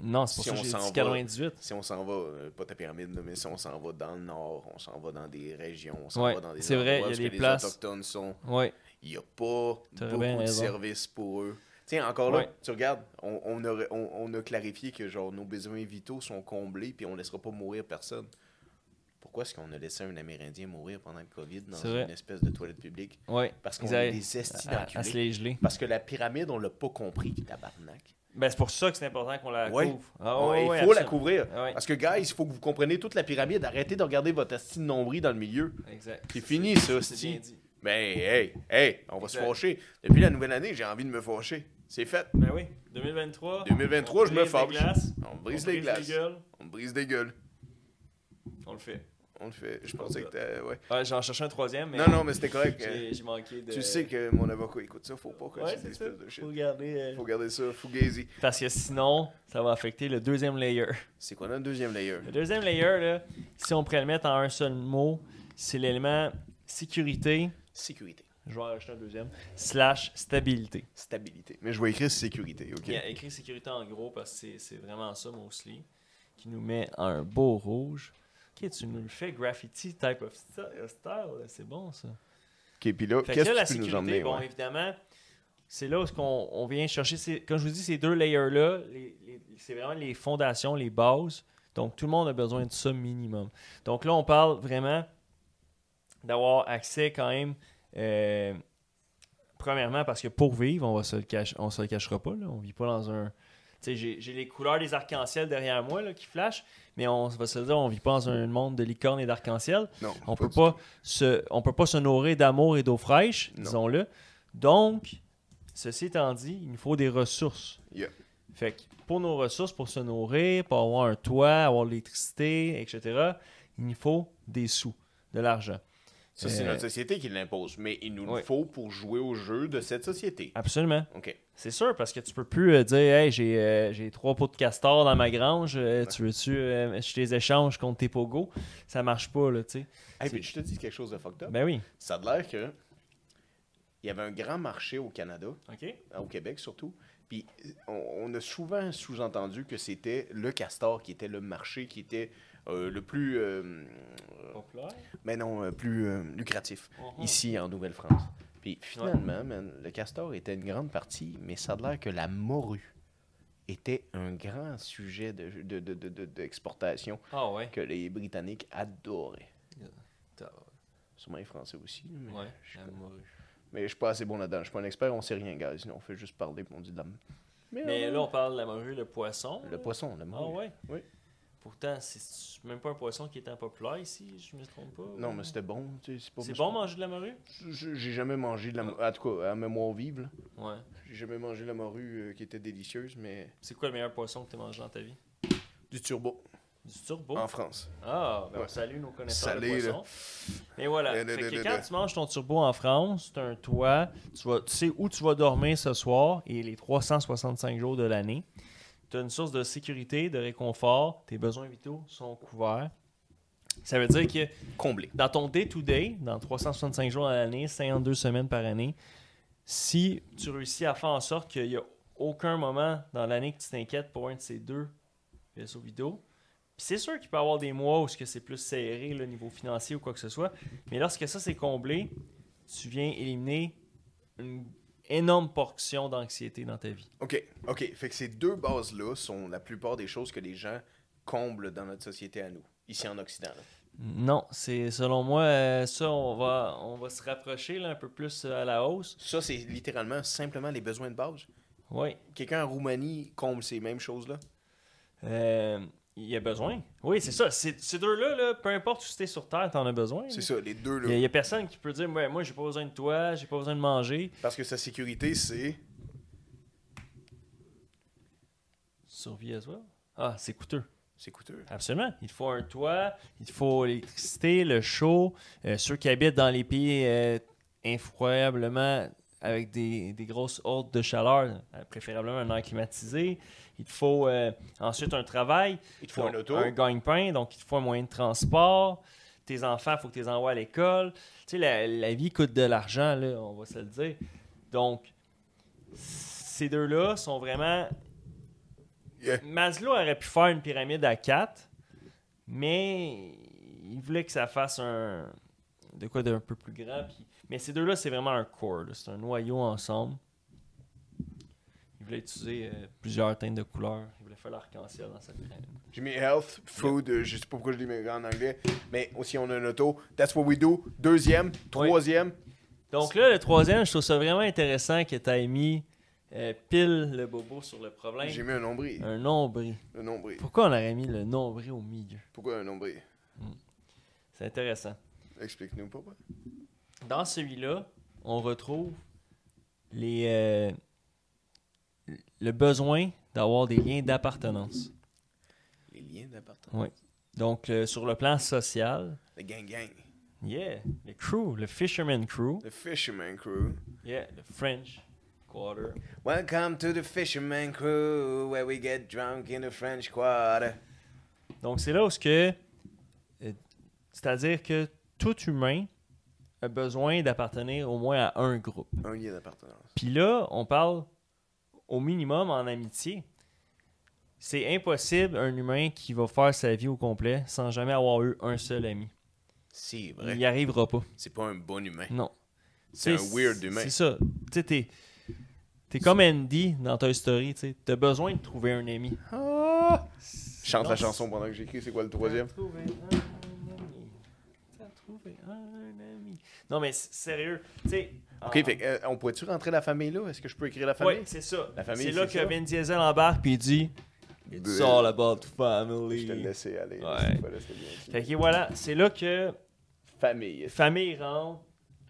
S2: Non, c'est
S1: Si
S2: pour ça
S1: on
S2: que j'ai
S1: s'en
S2: dit
S1: va-
S2: 98.
S1: Si on s'en va, euh, pas ta pyramide, là, mais si on s'en va dans le nord, on s'en va dans des régions, on s'en
S2: Ouais,
S1: va dans des
S2: c'est vrai,
S1: endroits
S2: il y a
S1: où
S2: des
S1: les
S2: places.
S1: autochtones sont,
S2: Ouais.
S1: il n'y a pas
S2: T'aurais
S1: beaucoup
S2: bien
S1: de
S2: raison.
S1: services pour eux. Tiens, encore là,
S2: Ouais.
S1: tu regardes, on, on aurait- on- on a clarifié que genre nos besoins vitaux sont comblés puis on ne laissera pas mourir personne. Pourquoi est-ce qu'on a laissé un Amérindien mourir pendant le COVID dans
S2: C'est
S1: une
S2: vrai.
S1: espèce de toilette publique?
S2: Ouais.
S1: Parce qu'on
S2: Ils
S1: a
S2: avaient-
S1: des estis
S2: à, à se
S1: d'enculés.
S2: les geler.
S1: Parce que la pyramide, on l'a pas compris, tabarnak.
S2: Ben, c'est pour ça que c'est important qu'on la
S1: Ouais.
S2: couvre. Ah,
S1: Ouais,
S2: ouais,
S1: il
S2: ouais,
S1: faut la
S2: absolument.
S1: couvrir.
S2: Ah ouais.
S1: Parce que, guys, il faut que vous compreniez toute la pyramide. Arrêtez de regarder votre asti de nombril dans le milieu.
S2: Exact.
S1: C'est fini, ça,
S2: C'est
S1: hostie.
S2: bien dit.
S1: Ben, hey, hey, on va se
S2: Exact.
S1: fâcher. Depuis la nouvelle année, j'ai envie de me fâcher. C'est fait.
S2: Ben oui, 2023.
S1: 2023,
S2: on
S1: je me
S2: brise les
S1: fâche.
S2: glaces,
S1: On
S2: on
S1: brise les glaces.
S2: gueules,
S1: On brise des gueules.
S2: On le fait.
S1: On le fait. Je pensais que t'as. Ouais.
S2: Ouais, j'en cherchais un troisième, mais
S1: Non, non, mais c'était correct.
S2: j'ai j'ai manqué de.
S1: Tu sais que mon avocat écoute ça. Faut pas que
S2: Ouais,
S1: c'est
S2: c'est
S1: des
S2: ça.
S1: espèces de shit.
S2: Faut garder. euh,
S1: Faut garder ça fugazi.
S2: Parce que sinon, ça va affecter le deuxième layer.
S1: C'est quoi notre deuxième layer?
S2: Le deuxième layer, là, si on pourrait le mettre en un seul mot, c'est l'élément sécurité.
S1: Sécurité.
S2: Je vais en rajouter un deuxième. Slash stabilité.
S1: Stabilité. Mais je vais écrire sécurité, OK?
S2: Il y a écrit sécurité en gros parce que c'est- c'est vraiment ça, mostly, qui nous met un beau rouge. Ok, tu nous le fais graffiti type of sty- style, là, c'est bon ça.
S1: OK, puis là,
S2: Fait que
S1: qu'est-ce
S2: là, la
S1: que tu peux
S2: sécurité,
S1: nous emmener?
S2: bon,
S1: ouais?
S2: évidemment, c'est là où -ce qu'on on vient chercher, ces- comme je vous dis, ces deux layers-là, les- les- c'est vraiment les fondations, les bases. Donc, tout le monde a besoin de ça minimum. Donc là, on parle vraiment d'avoir accès quand même, euh, premièrement, parce que pour vivre, on va se le cache- on se le cachera pas, là, on vit pas dans un... Tu sais, j'ai- j'ai les couleurs des arcs-en-ciel derrière moi là, qui flashent, mais on va se le dire, on vit pas dans un monde de licornes et d'arcs-en-ciel.
S1: Non,
S2: On peut
S1: du
S2: pas se, on peut pas se nourrir d'amour et d'eau fraîche,
S1: Non.
S2: disons-le. Donc, ceci étant dit, il nous faut des ressources.
S1: Yeah.
S2: Fait que pour nos ressources, pour se nourrir, pour avoir un toit, avoir de l'électricité, etc., il nous faut des sous, de l'argent.
S1: Ça, c'est
S2: Euh,
S1: notre société qui l'impose, mais il nous le
S2: ouais.
S1: faut pour jouer au jeu de cette société.
S2: Absolument.
S1: OK.
S2: C'est sûr, parce que tu peux plus euh, dire Hey, j'ai euh, j'ai trois pots de castor dans ma grange, euh, tu veux-tu, euh, je les échange contre tes pogos Ça marche pas, là, tu sais.
S1: Hey,
S2: C'est-
S1: puis je te dis quelque chose de fucked up.
S2: Ben oui.
S1: Ça a l'air que il y avait un grand marché au Canada, euh,
S2: OK.
S1: au Québec surtout, puis euh, on, on a souvent sous-entendu que c'était le castor qui était le marché qui était euh, le plus, euh,
S2: Populaire.
S1: mais non, euh, plus euh, lucratif ici en Nouvelle-France. Puis finalement, man, le castor était une grande partie, mais ça a l'air que la morue était un grand sujet d'exportation de, de, de- de- d'exportation
S2: Ah ouais.
S1: que les Britanniques adoraient.
S2: T'as-
S1: Sûrement les Français aussi. mais-
S2: Ouais,
S1: je
S2: la
S1: connais.
S2: morue.
S1: Mais je suis pas assez bon là-dedans. Je suis pas un expert, on sait rien, guys. Nous, on fait juste parler et on dit de la.
S2: Mais là, on parle de la morue, le poisson.
S1: Le
S2: là.
S1: poisson, le
S2: Ah
S1: morue.
S2: ouais?
S1: Oui.
S2: Pourtant, c'est même pas un poisson qui est en populaire ici, je me trompe pas.
S1: Non, mais c'était bon. tu sais, C'est, pas
S2: C'est bon hein? manger de la morue?
S1: Je- J'ai jamais mangé de la morue. En tout cas, à mémoire vive, là.
S2: Ouais.
S1: J'ai jamais mangé de la morue euh, qui était délicieuse, mais.
S2: C'est quoi le meilleur poisson que tu as mangé dans ta vie?
S1: Du turbo,
S2: Du turbo?
S1: en France.
S2: Ah, ben
S1: Ouais.
S2: on salue nos connaisseurs
S1: Salé,
S2: de
S1: là. Eh,
S2: poissons. Mais voilà,
S1: Le- le-
S2: Fait que
S1: le-
S2: quand
S1: le-
S2: tu manges ton turbo en France, tu as un toit, tu, vas- tu sais où tu vas dormir ce soir et les 365 jours de l'année. Tu as une source de sécurité, de réconfort, tes besoins vitaux sont couverts. Ça veut dire que
S1: Comblé.
S2: dans ton day-to-day, dans 365 jours à l'année, 52 semaines par année, si tu réussis à faire en sorte qu'il n'y a aucun moment dans l'année que tu t'inquiètes pour un de ces deux vaisseaux vidéo, puis c'est sûr qu'il peut y avoir des mois où ce que c'est plus serré, le niveau financier ou quoi que ce soit, mais lorsque ça c'est comblé, tu viens éliminer une énorme portion d'anxiété dans ta vie.
S1: OK, OK. Fait que ces deux bases-là sont la plupart des choses que les gens comblent dans notre société à nous, ici en Occident. là.
S2: Non, c'est selon moi, euh, ça, on va, on va se rapprocher là, un peu plus euh, à la hausse.
S1: Ça, c'est littéralement simplement les besoins de base.
S2: Oui.
S1: Quelqu'un en Roumanie comble ces mêmes choses-là.
S2: Euh, il y a besoin. Oui, c'est ça. C'est- Ces deux-là, là, peu importe où tu es sur Terre, t'en as besoin.
S1: C'est ça, les deux,
S2: Il
S1: là.
S2: n'y a personne qui peut dire Ouais, Moi, j'ai pas besoin de toi, j'ai pas besoin de manger.
S1: Parce que sa sécurité, c'est.
S2: Survie as well. Ah, c'est coûteux.
S1: C'est coûteux.
S2: Absolument. Il te faut un toit, il te faut l'électricité, le chaud. Euh, ceux qui habitent dans les pays euh, incroyablement avec des, des grosses hautes de chaleur, euh, préférablement un air climatisé. Il te faut euh, ensuite un travail.
S1: Il te faut
S2: Donc,
S1: un auto.
S2: Un gagne-pain, donc il te faut un moyen de transport. Tes enfants, il faut que tu les envoies à l'école. Tu sais, la, la vie coûte de l'argent, là, on va se le dire. Donc, ces deux-là sont vraiment
S1: Yeah.
S2: Maslow aurait pu faire une pyramide à 4, mais il voulait que ça fasse un. de quoi d'un peu plus grand. puis- Mais ces deux-là, c'est vraiment un core. là. C'est un noyau ensemble. Il voulait utiliser euh, plusieurs teintes de couleurs. Il voulait faire l'arc-en-ciel dans cette pyramide.
S1: J'ai mis health, food, euh, je sais pas pourquoi je dis mais en anglais, mais aussi on a un auto. That's what we do. Deuxième, troisième.
S2: Donc là, le troisième, je trouve ça vraiment intéressant que tu aies mis euh, pile le bobo sur le problème.
S1: J'ai mis un nombril.
S2: Un nombril.
S1: Un nombril.
S2: Pourquoi on aurait mis le nombril au milieu
S1: Pourquoi un nombril
S2: C'est intéressant.
S1: Explique-nous pourquoi.
S2: Dans celui-là, on retrouve les, euh, le besoin d'avoir des liens d'appartenance.
S1: Les liens d'appartenance.
S2: Donc, euh, sur le plan social,
S1: Le gang-gang.
S2: yeah, le crew, le fisherman crew,
S1: The Fisherman Crew.
S2: yeah, le French quarter.
S1: Welcome to the Fisherman Crew, where we get drunk in the French Quarter.
S2: Donc, c'est là où ce que. euh, C'est-à-dire que tout humain a besoin d'appartenir au moins à un groupe.
S1: Un lien d'appartenance.
S2: Puis là, on parle au minimum en amitié. C'est impossible un humain qui va faire sa vie au complet sans jamais avoir eu un seul ami.
S1: C'est
S2: Il n'y arrivera pas.
S1: C'est pas un bon humain.
S2: Non.
S1: C'est
S2: Tu sais,
S1: un weird humain.
S2: C'est ça. Tu sais, t'es, t'es comme Andy dans Toy Story. Tu sais, t'as besoin de trouver un ami.
S1: Ah! Chante
S2: Non,
S1: la
S2: c'est-
S1: chanson pendant que j'écris, c'est quoi le troisième?
S2: T'as trouvé un ami. T'as trouvé un ami. Non, mais s- sérieux. Tu sais.
S1: Ok,
S2: en-
S1: fait que, euh, on pourrait-tu rentrer la famille là? Est-ce que je peux écrire la famille?
S2: Oui, c'est ça.
S1: La famille,
S2: c'est là que
S1: c'est ça.
S2: Vin Diesel embarque puis il dit It's
S1: Bleh.
S2: all about
S1: Je te le
S2: family.
S1: laissais aller.
S2: Ouais.
S1: cette fois-là, c'était bien dit.
S2: Fait que voilà, c'est là que
S1: Famille.
S2: famille rentre,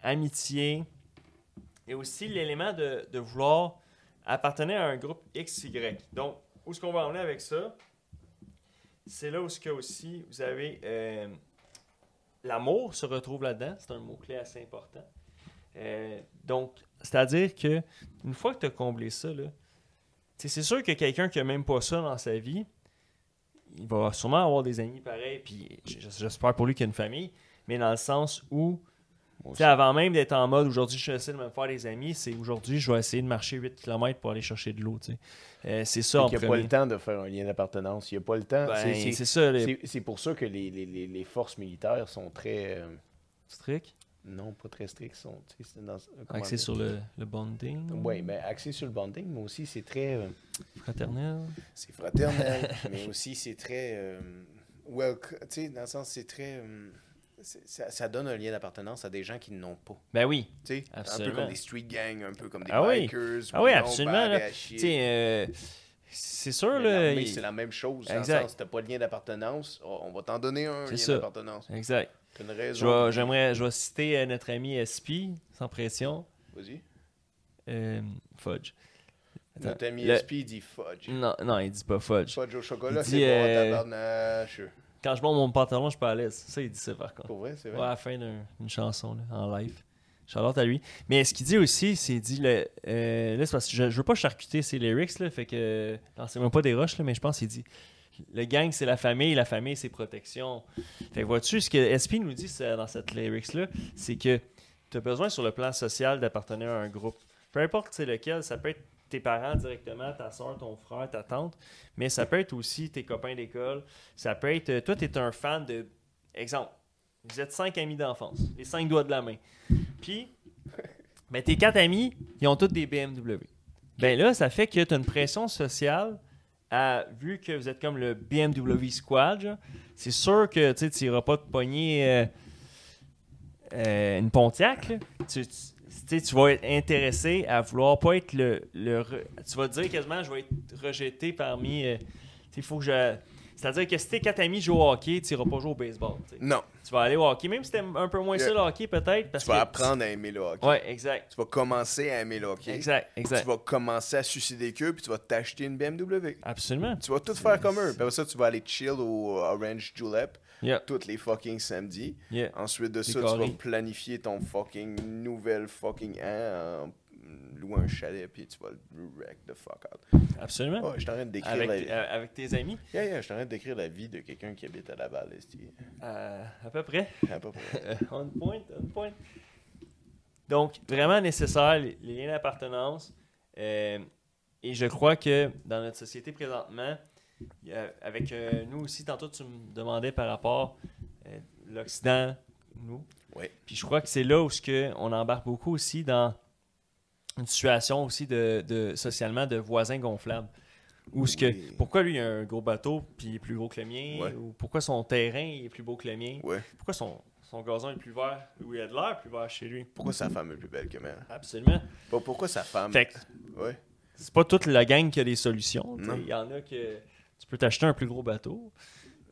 S2: amitié et aussi l'élément de, de vouloir appartenir à un groupe XY. Donc, où est-ce qu'on va en venir avec ça C'est là où ce que aussi vous avez euh, l'amour se retrouve là-dedans. C'est un mot-clé assez important. Euh, donc, c'est-à-dire que une fois que tu as comblé ça, là, tu sais, c'est sûr que quelqu'un qui n'a même pas ça dans sa vie, il va sûrement avoir des amis pareils, puis j- j'espère pour lui qu'il y a une famille, mais dans le sens où, tu sais, avant même d'être en mode aujourd'hui, je vais essayer de me faire des amis, c'est aujourd'hui, je vais essayer de marcher 8 km pour aller chercher de l'eau. tu sais. Euh, c'est ça en
S1: il n'y a pas
S2: premier.
S1: le temps de faire un lien d'appartenance. Il n'y a pas le temps.
S2: Ben,
S1: C'est- c'est-
S2: c'est ça, les
S1: c'est- c'est pour ça que les, les- les- les forces militaires sont très. euh,
S2: tricks.
S1: non, pas très strictes. Sont, tu sais, c'est dans- comment
S2: Axé
S1: dire?
S2: sur le, le bonding.
S1: Oui, mais axé sur le bonding, mais aussi c'est très. euh,
S2: Fraternel.
S1: c'est fraternel, mais aussi c'est très. euh, well, tu sais, dans le sens, c'est très. euh, c'est- ça, ça donne un lien d'appartenance à des gens qui n'ont pas.
S2: Ben oui.
S1: Tu sais, un peu
S2: Absolument.
S1: comme des street gangs, un peu comme des
S2: Ah oui.
S1: bikers.
S2: Ah oui,
S1: non,
S2: absolument,
S1: ben,
S2: là.
S1: allez à chier.
S2: Tu sais, euh, c'est sûr,
S1: Mais
S2: là.
S1: l'armée,
S2: il-
S1: c'est la même chose. Dans le
S2: Exact.
S1: sens, t'as pas de lien d'appartenance, on on va t'en donner un
S2: C'est
S1: lien
S2: ça.
S1: d'appartenance.
S2: Exact.
S1: T'as une
S2: Je
S1: raison.
S2: vais, j'aimerais, je vais citer euh, notre ami SP, sans pression,
S1: Vas-y.
S2: euh, Fudge. Attends,
S1: Notre ami
S2: le-
S1: SP il dit fudge.
S2: Non, non, il dit pas Fudge.
S1: Fudge au chocolat,
S2: Il dit,
S1: c'est bon,
S2: euh,
S1: tabarnache.
S2: Quand je monte mon pantalon, je suis pas à l'aise. Ça, il dit ça par contre.
S1: Pour vrai, c'est
S2: Ouais,
S1: vrai.
S2: à la fin d'un- d'une chanson, là, en live. Charlotte à lui. Mais ce qu'il dit aussi, c'est dit. Le, euh, là, c'est parce que je, je veux pas charcuter ses lyrics, là, fait que. Non, c'est même pas des rushs, là, mais je pense qu'il dit. Le gang, c'est la famille, la famille, c'est protection. Fait que vois-tu, ce que SP nous dit c'est- dans cette lyrics-là, c'est que tu as besoin sur le plan social d'appartenir à un groupe. Peu importe c'est lequel, ça peut être tes parents directement, ta soeur, ton frère, ta tante, mais ça peut être aussi tes copains d'école, ça peut être... euh, Toi, tu es un fan de... Exemple, vous êtes cinq amis d'enfance, les cinq doigts de la main. Puis, ben, tes quatre amis, ils ont tous des BMW. Ben là, ça fait que tu as une pression sociale à, vu que vous êtes comme le BMW Squad, genre, c'est sûr que tu n'iras pas te pogner euh, euh, une Pontiac. là. Tu, tu- tu sais, tu vas être intéressé à vouloir pas être le. le re- Tu vas te dire quasiment, je vais être rejeté parmi. euh, tu sais, faut que je. C'est-à-dire que si tes quatre amis jouent au hockey, tu n'iras pas jouer au baseball. tu sais.
S1: Non,
S2: Tu vas aller au hockey, même si t'aimes un peu moins
S1: Yeah.
S2: ça le hockey, peut-être. Parce
S1: tu vas
S2: que-
S1: apprendre à aimer le hockey.
S2: Ouais, exact.
S1: Tu vas commencer à aimer le hockey.
S2: Exact, exact.
S1: Tu vas commencer à sucer des queues, puis tu vas t'acheter une BMW.
S2: Absolument.
S1: Tu vas tout faire comme eux. Puis après ça, tu vas aller chill au euh, Orange Julep
S2: Yeah,
S1: tous les fucking samedis.
S2: yeah.
S1: Ensuite de ça,
S2: Décoré.
S1: tu vas planifier ton fucking nouvel fucking an en louant un chalet, puis tu vas le wreck the fuck out.
S2: Absolument.
S1: Oh, je suis en train de décrire
S2: avec,
S1: la...
S2: euh, avec tes amis,
S1: Yeah, yeah, je suis en train de décrire la vie de quelqu'un qui habite à Laval, esti.
S2: euh, à peu près.
S1: À peu près.
S2: Euh, on point, on point. Donc, vraiment nécessaire, les, les liens d'appartenance. Euh, et je crois que dans notre société présentement, il y a- avec euh, nous aussi, tantôt tu me demandais par rapport euh, l'Occident, nous.
S1: Oui.
S2: Puis je crois que c'est là où ce que on embarque beaucoup aussi dans une situation aussi de, de- socialement de voisins gonflables. Où ce
S1: Oui.
S2: que, pourquoi lui il a un gros bateau puis il est plus gros que le mien,
S1: Ouais.
S2: ou pourquoi son terrain il est plus beau que le mien,
S1: Ouais.
S2: pourquoi son, son gazon est plus vert? Ou il a de l'air plus vert chez lui?
S1: Pourquoi sa femme est plus belle que mère?
S2: Absolument.
S1: Pas pourquoi sa femme...
S2: Fait que
S1: Ouais.
S2: c'est pas toute la gang qui a des solutions. t'sais.
S1: Non.
S2: Il y en a que tu peux t'acheter un plus gros bateau,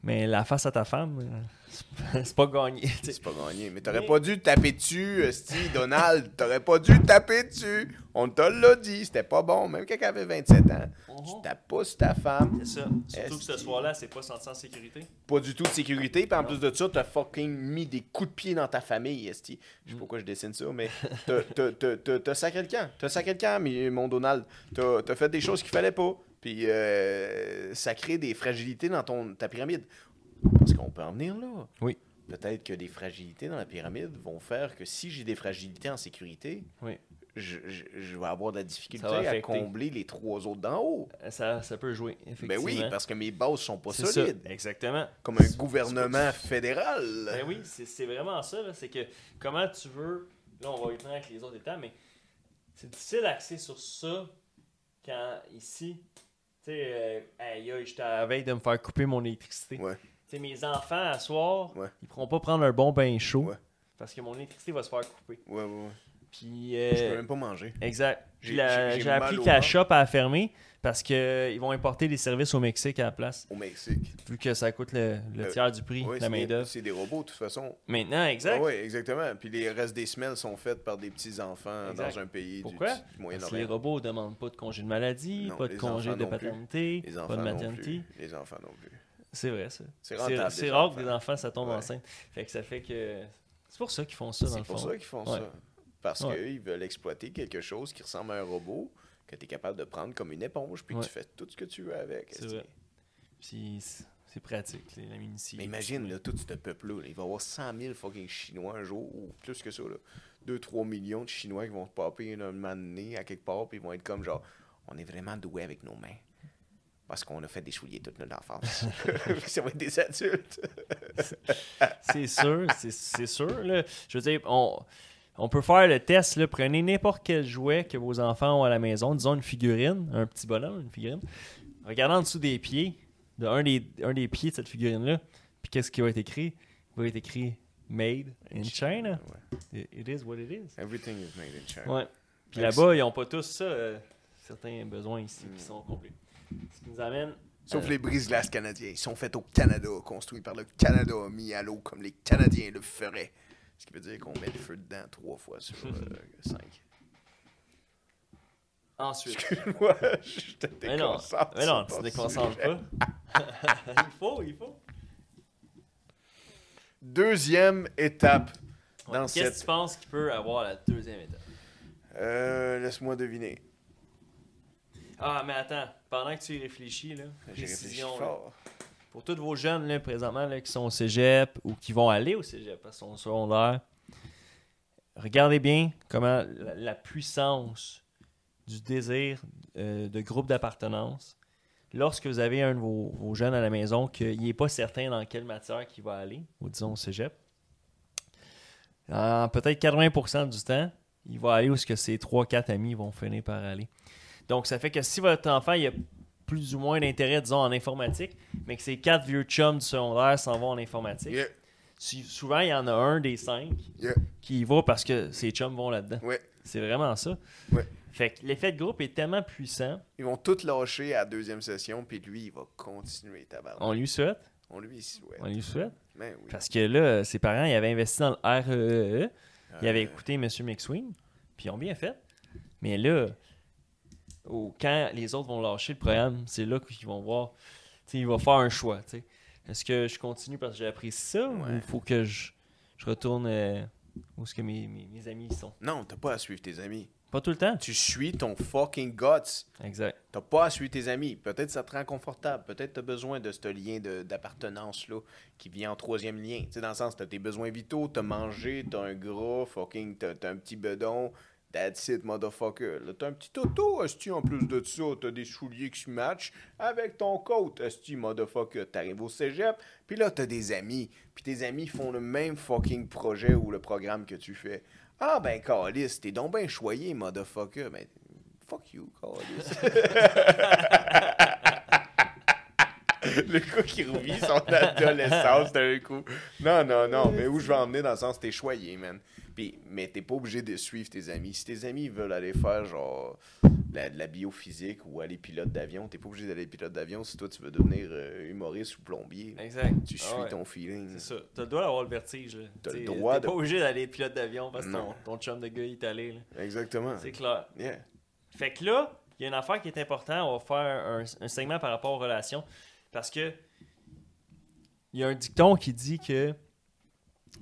S2: mais la face à ta femme, euh, c'est pas- c'est pas gagné. t'sais.
S1: C'est pas gagné. Mais t'aurais pas dû taper dessus, Esti, Donald. T'aurais pas dû taper dessus. On te l'a dit, c'était pas bon. Même quand elle avait 27 ans,
S2: Oh.
S1: tu tapes pas sur ta femme.
S2: C'est ça. Surtout que ce
S1: Mhm. Est-ce-
S2: soir-là, c'est pas senti en sécurité.
S1: Pas du tout de sécurité. Puis en plus de ça, t'as fucking mis des coups de pied dans ta famille, Esti. Je sais
S2: Mm.
S1: pas pourquoi je dessine ça, mais t'as- t'as- t'as t'as- t'as sacré le camp. T'as sacré le camp, mais mon Donald. T'as t'as fait des choses qu'il fallait pas. Puis euh, ça crée des fragilités dans ton, ta pyramide. Parce qu'on peut en venir là.
S2: Oui.
S1: Peut-être que des fragilités dans la pyramide vont faire que si j'ai des fragilités en sécurité,
S2: Oui.
S1: je, je- je vais avoir de la difficulté
S2: Ça va
S1: à
S2: affecter.
S1: combler les trois autres d'en haut.
S2: Euh, Ça, ça peut jouer,
S1: Ben
S2: effectivement.
S1: oui, parce que mes bases sont pas
S2: C'est ça,
S1: solides.
S2: Exactement.
S1: Comme un gouvernement fédéral.
S2: Ben oui, c'est c'est vraiment ça. là. C'est que comment tu veux. Là, on va y venir avec les autres états, mais c'est difficile d'axer sur ça quand ici. Tu sais, euh, aïe, aïe, j'étais à la veille de me faire couper mon électricité.
S1: Ouais.
S2: Tu sais, mes enfants, à soir,
S1: Ouais.
S2: ils pourront pas prendre un bon bain chaud
S1: Ouais.
S2: parce que mon électricité va se faire couper.
S1: Ouais, ouais, ouais.
S2: Puis.
S1: Je
S2: euh,
S1: peux même pas manger.
S2: Exact. Puis
S1: J'ai-
S2: la-
S1: j'ai- j'ai
S2: J'ai
S1: mal
S2: appris
S1: au
S2: que la
S1: ventre.
S2: shop a fermé parce qu'ils vont importer des services au Mexique à la place,
S1: Au Mexique.
S2: vu que ça coûte le, le
S1: Euh,
S2: tiers du prix
S1: Ouais,
S2: de la
S1: c'est des-
S2: main-d'œuvre.
S1: c'est des robots, de toute façon.
S2: Maintenant, exact.
S1: Ouais, ouais, exactement. Puis les restes des semelles sont faites par des petits-enfants
S2: Exact.
S1: dans un pays
S2: Pourquoi?
S1: du- du
S2: Parce que les
S1: Moyen-Orient.
S2: robots ne demandent pas de congé de maladie,
S1: Non,
S2: pas de
S1: les
S2: congé
S1: enfants
S2: de
S1: non plus.
S2: paternité,
S1: Les
S2: pas de
S1: enfants non plus.
S2: maternité.
S1: Les enfants non plus.
S2: C'est vrai, ça.
S1: C'est rentable,
S2: C'est
S1: les
S2: rare
S1: enfants.
S2: que des enfants, ça tombe
S1: Ouais.
S2: enceinte. Fait que ça fait que. C'est pour ça qu'ils font ça, dans
S1: C'est
S2: le fond.
S1: pour ça qu'ils font
S2: Ouais.
S1: ça. Parce
S2: Ouais.
S1: qu'ils veulent exploiter quelque chose qui ressemble à un robot que tu es capable de prendre comme une éponge puis
S2: Ouais.
S1: tu fais tout ce que tu veux avec.
S2: C'est
S1: esti.
S2: vrai. Puis c'est- c'est pratique, les- la municipalité.
S1: Mais imagine, là, tout ce peuple-là, là, il va y avoir 100 000 fucking Chinois un jour, ou plus que ça. Là. 2-3 millions de Chinois qui vont se popper un moment donné à quelque part, puis ils vont être comme genre, on est vraiment doués avec nos mains. Parce qu'on a fait des souliers toute notre enfance. Puis ça va être des adultes.
S2: C'est sûr, c'est- c'est sûr. là. Je veux dire, on, on peut faire le test. là. Prenez n'importe quel jouet que vos enfants ont à la maison, disons une figurine, un petit bonhomme, une figurine. Regardez en dessous des pieds, de un des, un des pieds de cette figurine-là, puis qu'est-ce qui va être écrit Il va être écrit Made in China.
S1: Ouais.
S2: It it is what it is.
S1: Everything is made in China.
S2: Ouais. Puis
S1: Merci.
S2: là-bas, ils n'ont pas tous ça. euh, certains besoins ici qui sont complets. Ce qui nous amène.
S1: Sauf
S2: Euh,
S1: les brise-glaces canadiens. Ils sont faits au Canada, construits par le Canada, mis à l'eau comme les Canadiens le feraient. Ce qui veut dire qu'on met le feu dedans trois fois sur euh, cinq.
S2: Ensuite.
S1: Excuse-moi, je te
S2: Mais non,
S1: déconcentre.
S2: mais
S1: sur
S2: non, tu
S1: ton
S2: te déconcentres
S1: sujet.
S2: pas. il faut, il faut.
S1: Deuxième étape dans
S2: Ouais. Qu'est-ce que tu
S1: cette...
S2: penses qu'il peut avoir à la deuxième étape?
S1: Euh, Laisse-moi deviner.
S2: Ah, mais attends, pendant que tu y réfléchis, là,
S1: J'ai réfléchi
S2: précision, là,
S1: fort.
S2: pour tous vos jeunes là, présentement là, qui sont au cégep ou qui vont aller au cégep parce qu'ils sont au secondaire, regardez bien comment la, la puissance du désir euh, de groupe d'appartenance, lorsque vous avez un de vos, vos jeunes à la maison qu'il n'est pas certain dans quelle matière qu'il va aller, ou disons au cégep, en peut-être 80% du temps, il va aller où ce que ses 3-4 amis vont finir par aller. Donc, ça fait que si votre enfant il a plus ou moins d'intérêt, disons, en informatique, mais que ses quatre vieux chums du secondaire s'en vont en informatique,
S1: Yeah,
S2: sou- souvent, il y en a un des cinq
S1: yeah,
S2: qui y va parce que ses chums vont là-dedans.
S1: ouais.
S2: C'est vraiment ça.
S1: Ouais.
S2: Fait que l'effet de groupe est tellement puissant.
S1: Ils vont tout lâcher à la deuxième session, puis lui, il va continuer, tabarnak.
S2: On lui souhaite.
S1: On lui souhaite.
S2: On lui souhaite.
S1: Ben oui.
S2: Parce que là, ses parents, ils avaient investi dans le REE. E. Ils avaient
S1: Euh,
S2: écouté M. McSween. Puis ils ont bien fait. Mais là, au- quand les autres vont lâcher le programme, c'est là qu'ils vont voir. Tu sais, il va faire un choix. tu sais. Est-ce que je continue parce que j'ai appris ça ou
S1: Ouais.
S2: il faut que je, je retourne euh, où est-ce que mes, mes, mes amis sont
S1: Non, t'as pas à suivre tes amis.
S2: Pas tout le temps.
S1: Tu suis ton fucking guts.
S2: Exact.
S1: T'as pas à suivre tes amis. Peut-être ça te rend confortable. Peut-être t'as besoin de ce lien de- d'appartenance-là qui vient en troisième lien. Tu sais, dans le sens, t'as tes besoins vitaux, t'as mangé, t'as un gras, fucking, t'as t'as un petit bedon. That's it, motherfucker. Là, t'as un petit auto, esti, en plus de ça. T'as des souliers qui se matchent avec ton coat, esti, motherfucker. T'arrives au cégep, puis là, t'as des amis. Puis tes amis font le même fucking projet ou le programme que tu fais. Ah, ben, Calis, t'es donc ben choyé, motherfucker. Mais fuck you, Calis. le coup qui rouvit son adolescence d'un coup. Non, non, non, mais où je vais emmener dans le sens, t'es choyé, man. Puis, mais t'es pas obligé de suivre tes amis. Si tes amis veulent aller faire, genre, la, de la biophysique ou aller pilote d'avion, t'es pas obligé d'aller pilote d'avion si toi, tu veux devenir euh, humoriste ou plombier.
S2: Exact.
S1: Tu suis
S2: Ah ouais.
S1: ton feeling.
S2: C'est ça. T'as le droit d'avoir le vertige. là.
S1: T'as le
S2: T'sais,
S1: droit
S2: T'es
S1: de-
S2: pas obligé d'aller pilote d'avion parce que ton,
S1: Non.
S2: ton chum de gars il est allé. là.
S1: Exactement.
S2: C'est clair.
S1: Yeah.
S2: Fait que là, il y a une affaire qui est importante. On va faire un, un segment par rapport aux relations. Parce que il y a un dicton qui dit que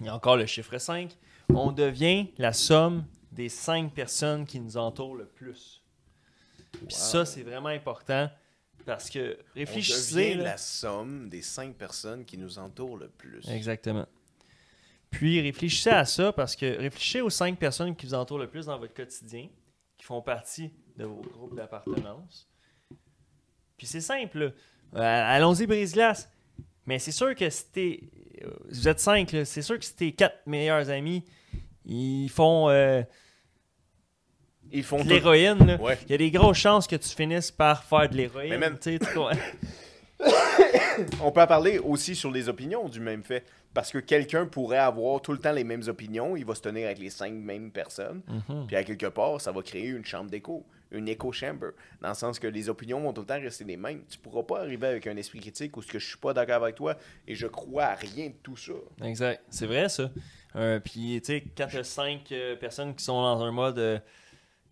S2: il y a encore le chiffre 5. On devient la somme des cinq personnes qui nous entourent le plus. Puis ça, c'est vraiment important. Parce que
S1: On
S2: réfléchissez.
S1: devient
S2: là.
S1: la somme des cinq personnes qui nous entourent le plus.
S2: Exactement. Puis réfléchissez à ça parce que réfléchissez aux cinq personnes qui vous entourent le plus dans votre quotidien, qui font partie de vos groupes d'appartenance. Puis c'est simple. là. Euh, Allons-y, brise-glace. Mais c'est sûr que si t'es- euh, vous êtes cinq, là, c'est sûr que si tes quatre meilleurs amis, ils font euh,
S1: Ils font
S2: de
S1: tout-
S2: l'héroïne. là,
S1: Ouais.
S2: Il y a des grosses chances que tu finisses par faire de l'héroïne.
S1: Mais même-
S2: tu sais, tu comprends?
S1: On peut en parler aussi sur les opinions du même fait. Parce que quelqu'un pourrait avoir tout le temps les mêmes opinions, il va se tenir avec les cinq mêmes personnes.
S2: Mm. Mhm.
S1: Puis à quelque part, ça va créer une chambre d'écho, une écho chamber. Dans le sens que les opinions vont tout le temps rester les mêmes. Tu pourras pas arriver avec un esprit critique ou ce que je suis pas d'accord avec toi et je crois à rien de tout ça.
S2: Exact. C'est vrai, ça. Euh, puis, tu sais, quand t'as cinq euh, personnes qui sont dans un mode euh,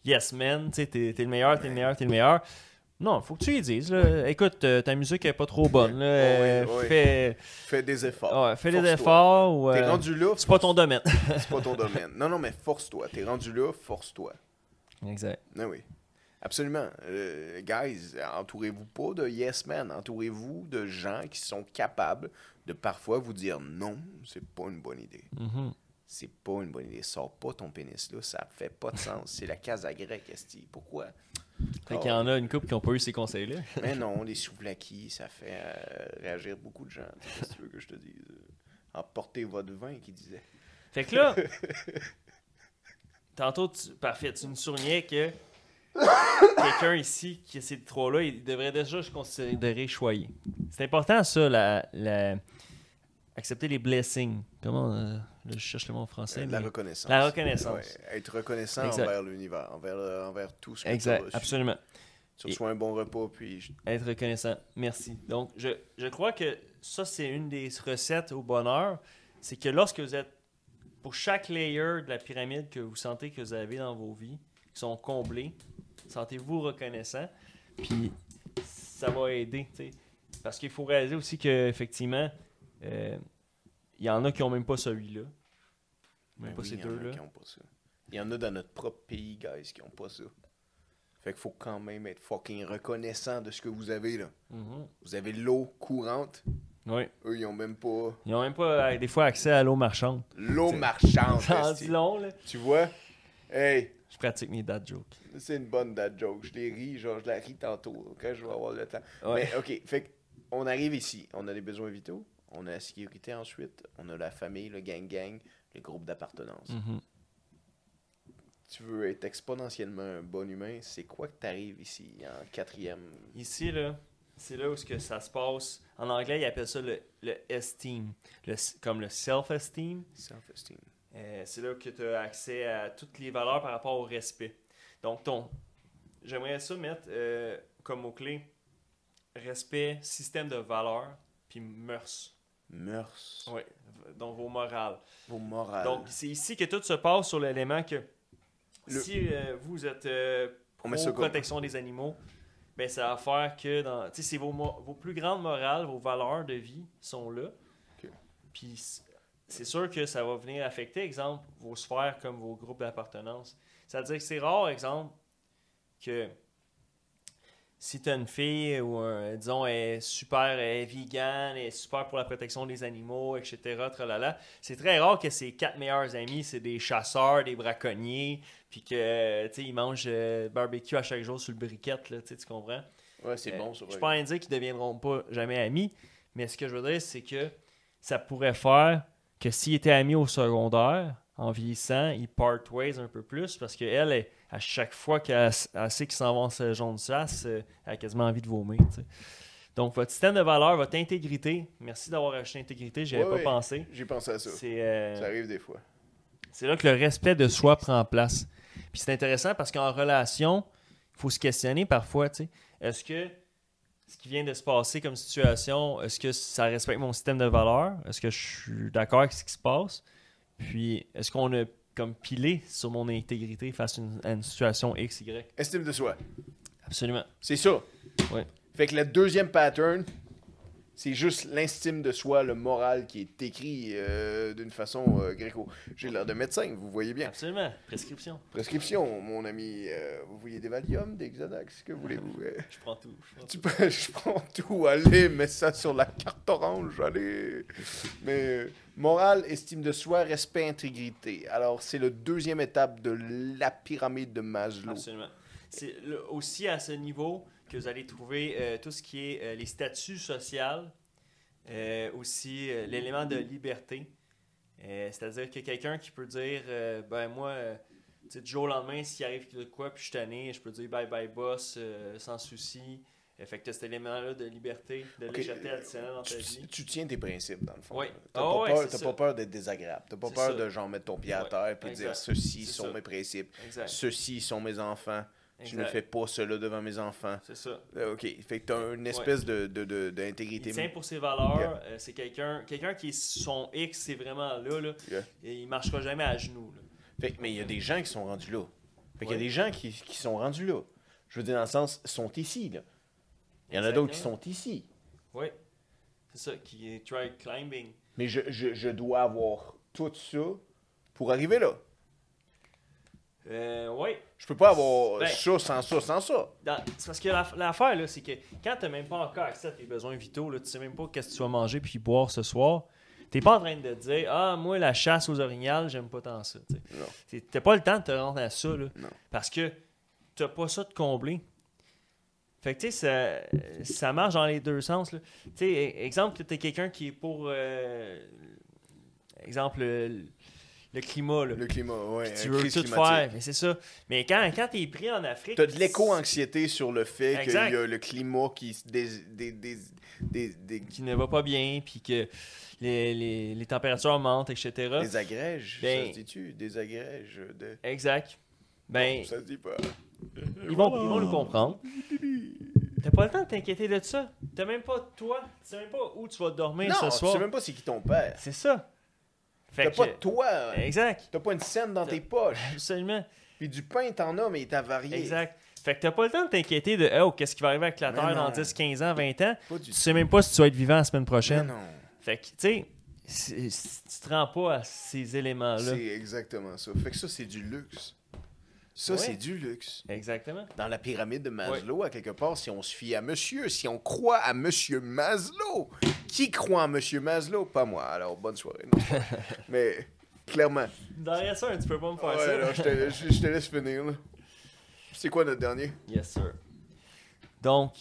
S2: yes man, tu sais, t'es t'es le meilleur, t'es le meilleur, t'es le meilleur. Non, faut que tu les dises. Là. Écoute, euh, ta musique est pas trop bonne. là. Euh,
S1: Ouais, ouais.
S2: Fais,
S1: Fais des efforts.
S2: Ah ouais, fais des
S1: Force-toi.
S2: efforts. ou,
S1: T'es
S2: euh,
S1: rendu là,
S2: C'est pas ton domaine.
S1: c'est pas ton domaine. Non, non, mais force-toi. T'es rendu là, force-toi.
S2: exact.
S1: Ah oui. Absolument. Euh, guys, entourez-vous pas de yes men. Entourez-vous de gens qui sont capables de parfois vous dire non, c'est pas une bonne idée.
S2: Mhm.
S1: C'est pas une bonne idée. Sors pas ton pénis là, ça fait pas de sens. C'est la case à grec, Esti. Pourquoi? Oh,
S2: Fait qu'il y en a une couple qui ont pas eu ces conseils-là.
S1: Mais non, les souvlakis, ça fait euh, réagir beaucoup de gens. Qu'est-ce que tu veux que je te dise? Emportez votre vin, qui disait.
S2: Fait que là, tantôt, tu, parfait, tu nous soulignais que quelqu'un ici, qui a ces trois-là, il devrait déjà se considérer choyé. C'est important, ça, la, la- accepter les blessings. Comment, euh, là, je cherche le mot en français.
S1: Euh, la
S2: mais-
S1: reconnaissance.
S2: la reconnaissance.
S1: Ouais, être reconnaissant
S2: Exact.
S1: envers l'univers, envers, euh, envers tout ce que
S2: Exact,
S1: tu as reçu.
S2: absolument.
S1: Tu reçois un bon repas, puis je
S2: Être reconnaissant. Merci. Donc, je, je crois que ça, c'est une des recettes au bonheur. C'est que lorsque vous êtes, pour chaque layer de la pyramide que vous sentez que vous avez dans vos vies, qui sont comblés, sentez-vous reconnaissant. Puis, ça va aider. tu sais. Parce qu'il faut réaliser aussi qu'effectivement, il y en a qui n'ont même pas celui-là. Même
S1: Ben
S2: pas
S1: oui,
S2: ces
S1: il y en a
S2: deux-là.
S1: qui ont pas ça. Il y en a dans notre propre pays, guys, qui ont pas ça. Fait qu'il faut quand même être fucking reconnaissant de ce que vous avez, là.
S2: Mhm.
S1: Vous avez l'eau courante.
S2: Oui.
S1: Eux, ils ont même pas
S2: Ils n'ont même pas, euh, des fois, accès à l'eau marchande.
S1: l'eau
S2: C'est-
S1: marchande.
S2: Ça en
S1: esti.
S2: dit long, là.
S1: Tu vois? Hey,
S2: Je pratique mes dad jokes.
S1: c'est une bonne date joke. Je les ris, genre, je la ris tantôt, quand je vais avoir le temps.
S2: Ouais.
S1: Mais, OK, fait qu'on arrive ici. On a les besoins vitaux. On a la sécurité ensuite. On a la famille, le gang-gang, le groupe d'appartenance.
S2: Mhm.
S1: tu veux être exponentiellement un bon humain, c'est quoi que t'arrives ici en quatrième
S2: Ici, là, c'est là où ce que ça se passe. En anglais, ils appellent ça le, le esteem, le, comme le self-esteem.
S1: self-esteem?
S2: Euh, c'est là que tu as accès à toutes les valeurs par rapport au respect. Donc, ton, J'aimerais ça mettre euh, comme mot-clé respect, système de valeurs, puis mœurs.
S1: Mœurs.
S2: Oui, donc vos morales.
S1: Vos morales.
S2: Donc, c'est ici que tout se passe sur l'élément que
S1: Le-
S2: si euh, vous êtes euh,
S1: On
S2: pro
S1: met ça comme-
S2: protection des animaux, ben, ça va faire que dans, tu sais, c'est vos, mo- vos plus grandes morales, vos valeurs de vie sont là.
S1: Ok.
S2: Puis c- c'est sûr que ça va venir affecter, exemple, vos sphères comme vos groupes d'appartenance. C'est-à-dire que c'est rare, exemple, que si tu as une fille ou un- disons elle est super elle est vegan, elle est super pour la protection des animaux, etc. tralala, c'est très rare que ses quatre meilleurs amis, c'est des chasseurs, des braconniers, puis que tu sais, ils mangent euh, barbecue à chaque jour sur le briquette, là, tu sais, tu comprends?
S1: Ouais, c'est
S2: Euh,
S1: bon, ça.
S2: Je suis
S1: ouais.
S2: pas en train de dire qu'ils deviendront pas jamais amis, mais ce que je veux dire, c'est que ça pourrait faire que s'ils étaient amis au secondaire, en vieillissant, ils part ways un peu plus parce qu'elle, elle, à chaque fois qu'elle s- elle sait qu'ils s'en vont en saison de chasse, euh, elle a quasiment envie de vomir. tu sais. Donc, votre système de valeur, votre intégrité, merci d'avoir acheté intégrité, j'y avais
S1: Ouais,
S2: pas
S1: ouais.
S2: pensé.
S1: J'ai pensé à ça.
S2: C'est euh,
S1: Ça arrive des fois.
S2: c'est là que le respect de soi prend place. Puis c'est intéressant parce qu'en relation, il faut se questionner parfois, tu sais. Est-ce que ce qui vient de se passer comme situation, est-ce que ça respecte mon système de valeurs? Est-ce que je suis d'accord avec ce qui se passe? Puis est-ce qu'on a comme pilé sur mon intégrité face à une, à une situation X, Y?
S1: Estime de soi.
S2: Absolument.
S1: C'est ça.
S2: Ouais.
S1: Fait que le deuxième pattern, c'est juste l'estime de soi, le moral qui est écrit euh, d'une façon euh, gréco. J'ai l'air de médecin, vous voyez bien.
S2: Absolument. Prescription.
S1: Prescription, mon ami. euh, vous voyez des Valium, des Xanax, que voulez-vous euh?
S2: Je prends tout. Je prends tout.
S1: Tu prends- je prends tout, allez, mets ça sur la carte orange, allez. Mais euh, morale, estime de soi, respect, intégrité. Alors, c'est le deuxième étape de la pyramide de Maslow.
S2: Absolument. C'est le- aussi à ce niveau que vous allez trouver euh, tout ce qui est euh, les statuts sociaux, euh, aussi euh, l'élément de liberté. Euh, C'est-à-dire que quelqu'un qui peut dire euh, Ben, moi, euh, tu sais, du jour au lendemain, s'il arrive de quoi, puis je suis tanné, je peux dire bye bye boss, euh, sans souci. Euh, fait que t'as cet élément-là de liberté, de
S1: Ok,
S2: légèreté
S1: euh,
S2: additionnelle dans ta vie.
S1: Tu, tu tiens tes principes, dans le fond.
S2: Oui.
S1: T'as
S2: Ah
S1: pas,
S2: ouais,
S1: peur,
S2: c'est
S1: t'as
S2: ça.
S1: pas peur d'être désagréable. T'as pas
S2: C'est
S1: peur
S2: ça.
S1: de genre mettre ton pied à
S2: Ouais,
S1: terre puis
S2: exact.
S1: dire ceci
S2: C'est
S1: sont
S2: ça.
S1: mes principes,
S2: Exact.
S1: ceci sont mes enfants, tu ne
S2: exact.
S1: fais pas cela devant mes enfants.
S2: C'est ça.
S1: Euh, ok, fait que t'as une espèce de, de, de- d'intégrité.
S2: Il tient pour ses valeurs. euh, c'est quelqu'un quelqu'un qui est son X, c'est vraiment là. là
S1: Yeah.
S2: et il marchera jamais à genoux. là.
S1: Fait que- mais il y a des gens qui sont rendus là. Fait qu'il y a
S2: Ouais.
S1: des gens qui, qui sont rendus là. Je veux dire, dans le sens, sont ici, là. Il y en a d'autres qui sont ici.
S2: Oui. C'est ça, qui est try climbing.
S1: Mais je, je- je dois avoir tout ça pour arriver là.
S2: Euh, oui.
S1: Je peux pas avoir
S2: Ben-
S1: ça sans ça, sans ça.
S2: Dans- C'est parce que la- l'affaire, là, c'est que quand t'as même pas encore accès à tes besoins vitaux, là, tu sais même pas qu'est-ce que tu vas manger puis boire ce soir, t'es pas en train de dire « Ah, moi, la chasse aux orignales, j'aime pas tant ça. » tu sais.
S1: Non.
S2: C'est- T'as pas le temps de te rendre à ça, là.
S1: Non.
S2: Parce que t'as pas ça de combler. Fait que, tu sais, ça, ça marche dans les deux sens, là. Tu sais, e- exemple, t'es quelqu'un qui est pour... euh, exemple, le, le climat, là.
S1: Le climat, ouais.
S2: Puis tu
S1: hein,
S2: veux
S1: crise
S2: tout
S1: climatique.
S2: faire, mais c'est ça. Mais quand, quand t'es pris en Afrique.
S1: T'as de l'éco-anxiété sur le fait qu'il y
S2: Exact.
S1: a le climat qui se dés- des- des- des- des-
S2: Qui ne va pas bien, puis que les, les- les températures montent, etc.
S1: désagrège,
S2: Ben-
S1: ça se dit-tu? Désagrège de...
S2: Exact. Ben,
S1: Ça se dit pas.
S2: ils vont, ils vont le comprendre. T'as pas le temps de t'inquiéter de ça. T'as même pas toi, tu sais même pas où tu vas dormir
S1: Non,
S2: ce
S1: tu sais
S2: soir.
S1: même pas c'est qui ton père.
S2: C'est ça. Fait
S1: T'as
S2: que-
S1: pas de toi.
S2: Exact.
S1: T'as pas une scène dans
S2: T'as-
S1: tes poches.
S2: Absolument.
S1: Puis du pain, t'en as, mais il t'a varié.
S2: Exact. Fait que t'as pas le temps de t'inquiéter de oh, qu'est-ce qui va arriver avec la
S1: Mais
S2: Terre dans
S1: non.
S2: 10, 15 ans, 20 ans.
S1: Pas du
S2: Tu sais même pas si tu vas être vivant la semaine prochaine.
S1: Non, non.
S2: Fait que, tu sais, si- si tu te rends pas à ces éléments-là.
S1: C'est exactement ça. Fait que ça, c'est du luxe. Ça,
S2: Ouais.
S1: c'est du luxe.
S2: Exactement.
S1: Dans la pyramide de Maslow, à quelque part, si on se fie à monsieur, si on croit à monsieur Maslow, qui croit en monsieur Maslow Pas moi, alors bonne soirée. non, c'est pas vrai. Mais clairement.
S2: Derrière ça, tu peux pas me faire
S1: Ouais,
S2: ça.
S1: non, je, te, je- je te laisse finir. là. C'est quoi notre dernier
S2: Yes, sir. Donc,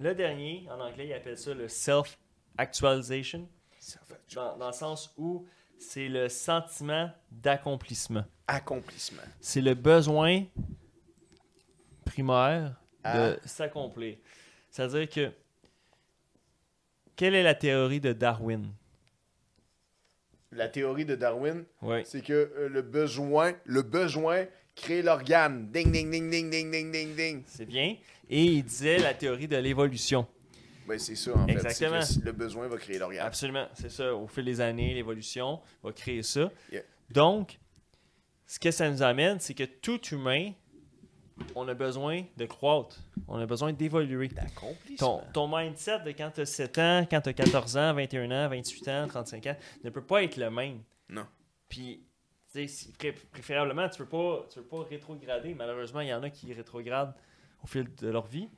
S2: le dernier, en anglais, il appelle ça le self-actualization, dans, dans le sens où c'est le sentiment d'accomplissement.
S1: Accomplissement.
S2: C'est le besoin primaire
S1: Ah.
S2: de s'accomplir. C'est-à-dire que, quelle est la théorie de Darwin?
S1: La théorie de Darwin,
S2: Oui.
S1: c'est que euh, le besoin, le besoin Créer l'organe. Ding, ding, ding, ding, ding, ding, ding, ding.
S2: C'est bien. Et il disait la théorie de l'évolution.
S1: Ben, c'est ça, en
S2: Exactement.
S1: fait. C'est que le besoin va créer l'organe.
S2: Absolument, c'est ça. Au fil des années, l'évolution va créer ça.
S1: Yeah.
S2: Donc, ce que ça nous amène, c'est que tout humain, on a besoin de croître. On a besoin d'évoluer. Ton,
S1: Accomplissement.
S2: ton mindset de quand tu as 7 ans, quand tu as 14 ans, 21 ans, 28 ans, 35 ans, ne peut pas être le même.
S1: Non.
S2: Puis, tu sais, si- pré- préférablement, tu ne peux, pas- tu peux pas rétrograder. Malheureusement, il y en a qui rétrogradent au fil de leur vie.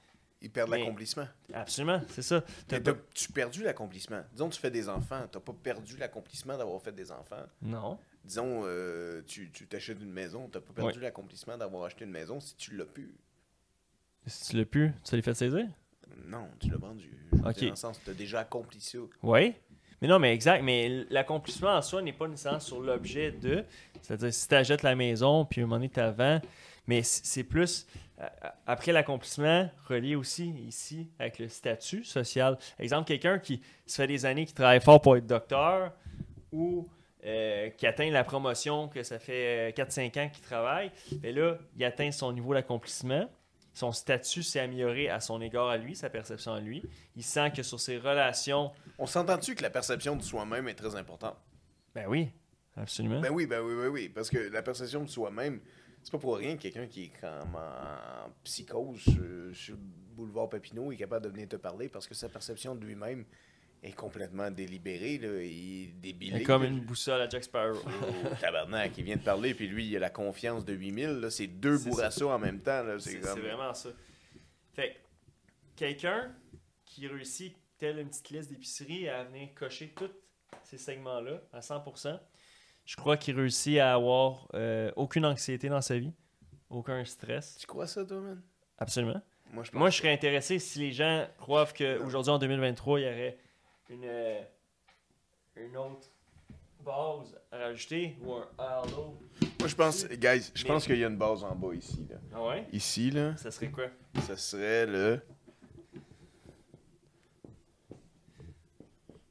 S1: Ils perdent
S2: Mais-
S1: l'accomplissement.
S2: Absolument, c'est ça. T'as
S1: Mais
S2: pas-
S1: t'as- Tu as perdu l'accomplissement. Disons, tu fais des enfants. Tu pas perdu l'accomplissement d'avoir fait des enfants.
S2: Non.
S1: Disons, euh, tu tu t'achètes une maison. Tu pas perdu l'accomplissement d'avoir acheté une maison si tu l'as pu.
S2: Si tu l'as pu, tu l'as fait saisir?
S1: Non, tu l'as vendu. Je veux
S2: Ok.
S1: dire, Dans le sens, tu as déjà accompli ça.
S2: Oui. Mais non, mais exact. Mais l'accomplissement en soi n'est pas nécessairement sur l'objet de. C'est-à-dire, si tu achètes la maison, puis à un moment donné, tu vends. Mais c- c'est plus. euh, Après l'accomplissement, relié aussi ici avec le statut social. Exemple, quelqu'un qui se fait des années qui travaille fort pour être docteur ou euh, qui atteint la promotion que ça fait euh, 4-5 ans qu'il travaille, mais là, il atteint son niveau d'accomplissement. Son statut s'est amélioré à son égard à lui, sa perception à lui. Il sent que sur ses relations
S1: On s'entend-tu que la perception de soi-même est très importante?
S2: Ben oui, absolument.
S1: Ben oui, ben oui, oui, oui. Parce que la perception de soi-même, c'est pas pour rien que quelqu'un qui est comme en psychose euh, sur le boulevard Papineau est capable de venir te parler parce que sa perception de lui-même est complètement délibérée, là, il est
S2: Il est
S1: débilé.
S2: comme
S1: là.
S2: une boussole à Jack Sparrow.
S1: Oh, tabarnak, il vient de parler, puis lui, il a la confiance de 8000, là, c'est deux
S2: C'est ça.
S1: bourrassos en même temps, là, c'est
S2: C'est
S1: comme...
S2: c'est vraiment ça. Fait que, quelqu'un qui réussit, telle une petite liste d'épicerie, à venir cocher tous ces segments-là à 100%, je crois qu'il réussit à avoir euh, aucune anxiété dans sa vie, aucun stress.
S1: Tu crois ça, toi, man?
S2: Absolument.
S1: Moi, je pense
S2: Moi, je serais intéressé si les gens croient qu'aujourd'hui, en 2023, il y aurait une, euh, une autre base à rajouter ou un halo.
S1: Moi, je pense, guys, je
S2: Mais-
S1: pense qu'il y a une base en bas ici, là.
S2: Ah ouais?
S1: Ici, là,
S2: Ça serait quoi?
S1: ça serait le...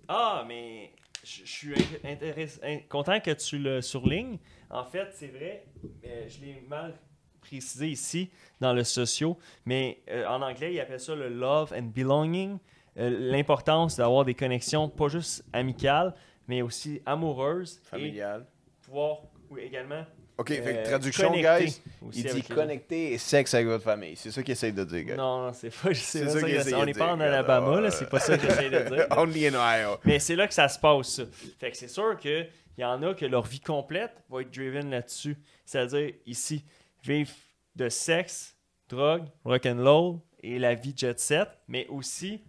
S2: Ah, mais je je suis in- intéress- in- content que tu le surlignes. En fait, c'est vrai, mais je l'ai mal précisé ici dans le socio, mais euh, en anglais, ils appellent ça le love and belonging, euh, l'importance d'avoir des connexions pas juste amicales, mais aussi amoureuses
S1: familial.
S2: et pouvoir oui, également
S1: OK, fait
S2: euh,
S1: que traduction,
S2: connecter
S1: guys,
S2: aussi
S1: Il dit
S2: avec les-
S1: connecter et sexe avec votre famille. C'est ça qu'il essaye de dire, gars.
S2: Non, non, c'est pas, c'est
S1: C'est
S2: pas
S1: ça
S2: ça
S1: qu'il
S2: que-
S1: essaie
S2: On
S1: de
S2: n'est pas
S1: dire,
S2: en
S1: regarde,
S2: Alabama,
S1: euh,
S2: là, c'est pas ça que j'essaie de dire.
S1: Only in Ohio.
S2: Mais c'est là que ça se passe, ça. Fait que c'est sûr qu'il y en a que leur vie complète va être driven là-dessus. C'est-à-dire, ici, vivre de sexe, drogue, rock'n'roll et la vie jet set, mais aussi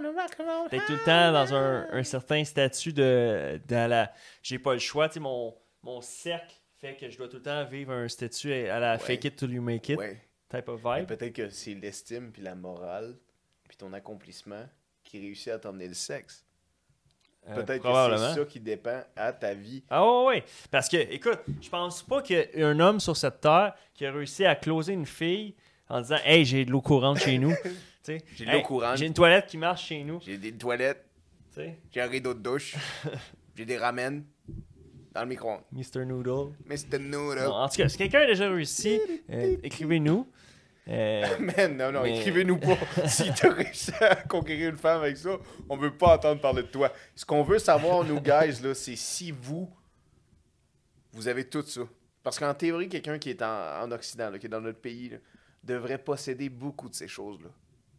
S2: d'être tout le temps dans un, un certain statut de, dans la... J'ai pas le choix, tu sais, mon, mon cercle fait que je dois tout le temps vivre un statut à la
S1: Ouais.
S2: fake it till you make it
S1: Ouais.
S2: type of
S1: Mais
S2: vibe.
S1: Peut-être que c'est l'estime puis la morale puis ton accomplissement qui réussit à t'emmener le sexe.
S2: Euh,
S1: Peut-être que
S2: probablement.
S1: c'est ça qui dépend à ta vie.
S2: Ah ouais, ouais. Parce que, écoute, je pense pas qu'un homme sur cette terre qui a réussi à closer une fille en disant Hey, j'ai de l'eau courante chez nous. Tu sais,
S1: J'ai de l'eau
S2: Hey,
S1: courante.
S2: J'ai une toilette qui marche chez nous. Tu
S1: J'ai des toilettes,
S2: sais,
S1: j'ai un rideau de douche, j'ai des ramen dans le micro-ondes.
S2: Mr. Noodle.
S1: Mais c'était nous,
S2: Bon,
S1: là.
S2: en tout cas, si quelqu'un a déjà réussi, euh, écrivez-nous. Euh,
S1: Man, non, non,
S2: Mais-
S1: écrivez-nous pas. si t'as réussi à conquérir une femme avec ça, on veut pas entendre parler de toi. Ce qu'on veut savoir, nous, guys, là, c'est si vous, vous avez tout ça. Parce qu'en théorie, quelqu'un qui est en, en Occident, là, qui est dans notre pays, là, devrait posséder beaucoup de ces choses-là.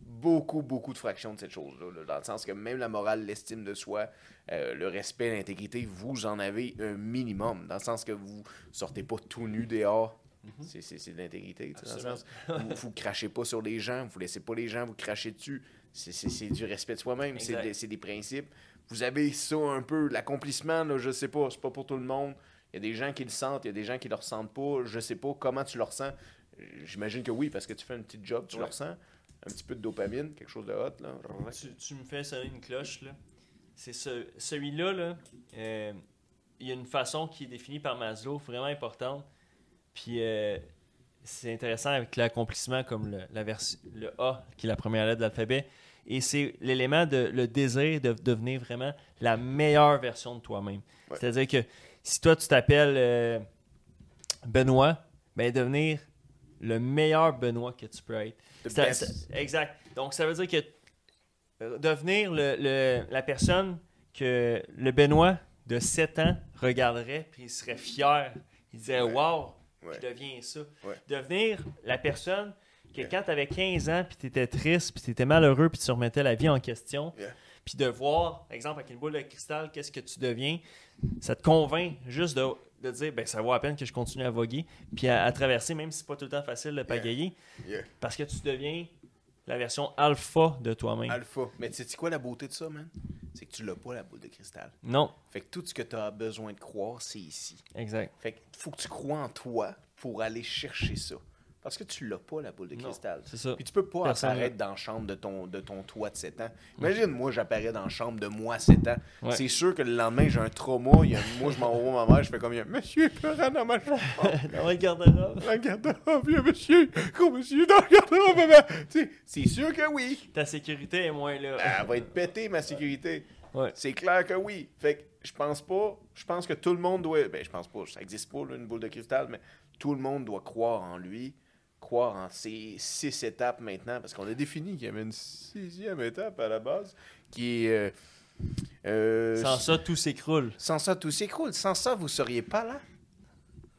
S1: Beaucoup, beaucoup de fractions de cette chose-là. là, dans le sens que même la morale, l'estime de soi, euh, le respect, l'intégrité, vous en avez un minimum. Dans le sens que vous sortez pas tout nu dehors. C'est- C'est c'est de l'intégrité. tu sais, dans le
S2: Mhm. Absolument.
S1: sens. Vous, vous crachez pas sur les gens, vous laissez pas les gens vous cracher dessus. C'est- C'est c'est du respect de soi-même, c'est
S2: Exact.
S1: des- c'est des principes. Vous avez ça un peu, l'accomplissement, là, je sais pas, c'est pas pour tout le monde. Il y a des gens qui le sentent, il y a des gens qui le ressentent pas. Je sais pas comment tu le ressens. J'imagine que oui, parce que tu fais un petit job, tu le
S2: Ouais.
S1: ressens. Un petit peu de dopamine, quelque chose de hot. Là.
S2: tu, tu me fais sonner une cloche, là. C'est ce, celui-là, là. euh, il y a une façon qui est définie par Maslow vraiment importante. Puis euh, c'est intéressant avec l'accomplissement comme le, la versi- le A, qui est la première lettre de l'alphabet. Et c'est l'élément de le désir de devenir vraiment la meilleure version de toi-même.
S1: Ouais.
S2: C'est-à-dire que si toi, tu t'appelles euh, Benoît, ben, devenir le meilleur Benoît que tu peux être.
S1: The
S2: Ça-
S1: best.
S2: ça- exact. Donc, ça veut dire que euh, devenir le, le- la personne que le Benoît de 7 ans regarderait puis il serait fier. Il dirait
S1: Ouais.
S2: Wow,
S1: Ouais.
S2: je deviens ça.
S1: Ouais.
S2: Devenir la personne que
S1: Yeah.
S2: quand tu avais 15 ans puis tu étais triste puis tu étais malheureux puis tu remettais la vie en question,
S1: Yeah.
S2: puis de voir, exemple, avec une boule de cristal, qu'est-ce que tu deviens, ça te convainc juste de, de dire ben ça vaut à peine que je continue à voguer puis à, à traverser, même si c'est pas tout le temps facile de pagayer.
S1: Yeah.
S2: Parce que tu deviens la version alpha de toi-même.
S1: Alpha. Mais tu sais quoi la beauté de ça, man? C'est que tu l'as pas, la boule de cristal.
S2: non,
S1: Fait que tout ce que tu as besoin de croire, c'est ici.
S2: exact.
S1: Fait que faut que tu crois en toi pour aller chercher ça. Parce que tu l'as pas, la boule de
S2: Non,
S1: cristal.
S2: C'est ça.
S1: Puis tu peux pas
S2: Personne Mm.
S1: apparaître dans la chambre de ton, de ton toit de 7 ans. Imagine, moi, j'apparais dans la chambre de moi 7 ans.
S2: Ouais.
S1: C'est sûr que le lendemain, j'ai un trauma. Il y a- moi, je m'envoie ma mère, je fais comme il y a un monsieur pleurant dans ma chambre.
S2: Dans le garde-robe.
S1: Dans le garde-robe, il y a un monsieur, gros monsieur dans le garde-robe, maman. Tu sais, C'est sûr que oui.
S2: Ta sécurité est moins là.
S1: Elle va être pétée, ma sécurité.
S2: Ouais.
S1: C'est clair que oui. Fait que je pense pas. Je pense que tout le monde doit. Ben, je pense pas. Ça existe pas, là, une boule de cristal, mais tout le monde doit croire en lui, croire en ses six étapes maintenant, parce qu'on a défini qu'il y avait une sixième étape à la base, qui est. euh, euh,
S2: Sans ça, tout s'écroule.
S1: sans ça, tout s'écroule. Sans ça, vous seriez pas là.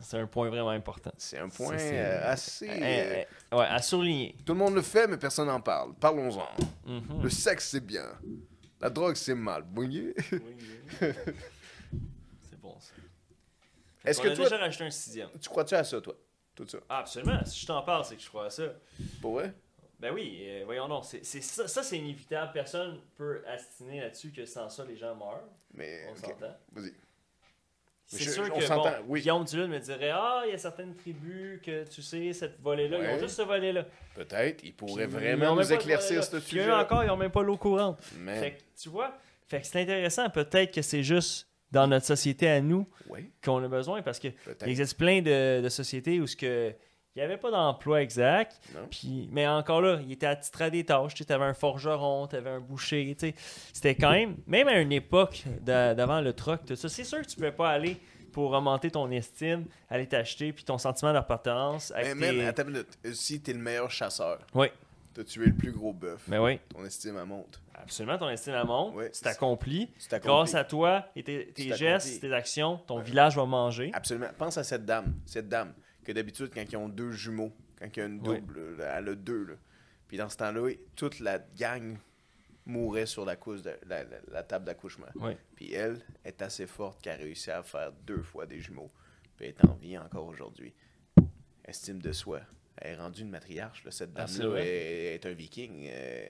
S2: C'est un point vraiment important.
S1: C'est un point
S2: Ça, c'est-
S1: euh, assez.
S2: Eh, eh, ouais, à souligner.
S1: Tout le monde le fait, mais personne n'en parle. Parlons-en.
S2: Mhm.
S1: Le sexe, c'est bien. La drogue, c'est mal. Vous voyez?
S2: C'est bon ça. Fait
S1: Est-ce
S2: qu'on
S1: que
S2: a
S1: toi,
S2: déjà rajouté un sixième.
S1: tu crois-tu à ça, toi? Tout ça.
S2: Ah, absolument. Si je t'en parle, c'est que je crois à ça.
S1: Pour vrai?
S2: Ben oui, euh, voyons donc. C'est, c'est ça, ça, c'est inévitable. Personne peut astiner là-dessus que sans ça, les gens meurent.
S1: Mais
S2: On
S1: ok,
S2: s'entend.
S1: vas-y.
S2: C'est
S1: Je-
S2: sûr
S1: je- on
S2: que
S1: s'entend,
S2: bon,
S1: oui.
S2: Guillaume Duluth me dirait Ah, il y a certaines tribus que tu sais, cette volet-là, ils
S1: Ouais.
S2: ont juste ce volet-là.
S1: Peut-être, il pourrait
S2: Puis, ils
S1: vraiment
S2: ont même
S1: nous
S2: pas ce
S1: éclaircir
S2: volet-là.
S1: ce
S2: Puis, eux
S1: sujet.
S2: encore, ils n'ont même pas l'eau courante. Fait que, tu vois, fait que c'est intéressant. Peut-être que c'est juste dans notre société à nous
S1: Oui,
S2: qu'on a besoin parce que il
S1: peut-être.
S2: existe plein de, de sociétés où ce que. Il n'y avait pas d'emploi exact,
S1: Non.
S2: puis, mais encore là, il était attitré à des tâches. Tu avais un forgeron, tu avais un boucher. tu sais. C'était quand même, même à une époque d'a- d'avant le troc, tout ça, c'est sûr que tu ne pouvais pas aller pour augmenter ton estime, aller t'acheter, puis ton sentiment d'appartenance.
S1: Mais
S2: avec
S1: même,
S2: tes-
S1: attends une minute. Euh, Si t'es le meilleur chasseur,
S2: Oui.
S1: t'as tué le plus gros bœuf,
S2: Mais oui,
S1: ton estime elle monte.
S2: absolument, ton estime à monte,
S1: Ouais,
S2: tu t'accomplis.
S1: Tu t'accomplis.
S2: Grâce à toi et tes, tes
S1: Tu t'accomplis.
S2: gestes, tes actions, ton village va manger.
S1: Absolument. Pense à cette dame, cette dame, que d'habitude, quand ils ont deux jumeaux, quand il y a une
S2: Oui.
S1: double, là, elle a deux, là. Puis dans ce temps-là, toute la gang mourait sur la, couche de- la, la- la table d'accouchement.
S2: Oui.
S1: Puis elle est assez forte qu'elle a réussi à faire deux fois des jumeaux. Puis elle est en vie encore aujourd'hui. Estime de soi. Elle est rendue une matriarche. là. Cette
S2: Ah, c'est
S1: dame-là
S2: vrai?
S1: est, est un viking. euh,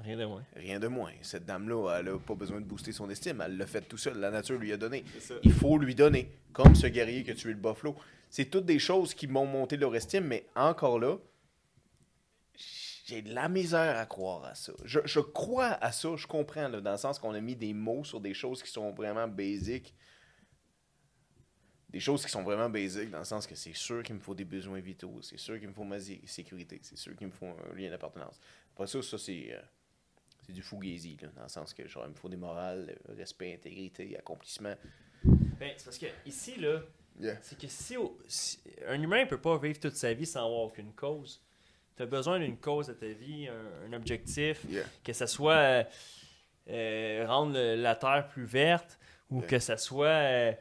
S2: Rien de moins.
S1: rien de moins. Cette dame-là, elle n'a pas besoin de booster son estime. Elle l'a fait tout seul. La nature lui a donné.
S2: ça.
S1: Il faut lui donner. Comme ce guerrier qui a tué le buffalo. C'est toutes des choses qui m'ont monté leur estime, mais encore là, j'ai de la misère à croire à ça. Je, je crois à ça, je comprends, là, dans le sens qu'on a mis des mots sur des choses qui sont vraiment basiques. Des choses qui sont vraiment basiques, dans le sens que c'est sûr qu'il me faut des besoins vitaux, c'est sûr qu'il me faut ma sé- sécurité, c'est sûr qu'il me faut un lien d'appartenance. Après ça, ça c'est euh, c'est du fugazi, là, dans le sens que genre, il me faut des morales, euh, respect, intégrité, accomplissement.
S2: Ben, c'est parce que ici, là,
S1: Yeah.
S2: c'est que si, au- si- un humain ne peut pas vivre toute sa vie sans avoir aucune cause, tu as besoin d'une cause à ta vie, un, un objectif,
S1: Yeah.
S2: que ça soit euh, euh, rendre le- la terre plus verte ou
S1: Ouais.
S2: que ça soit euh,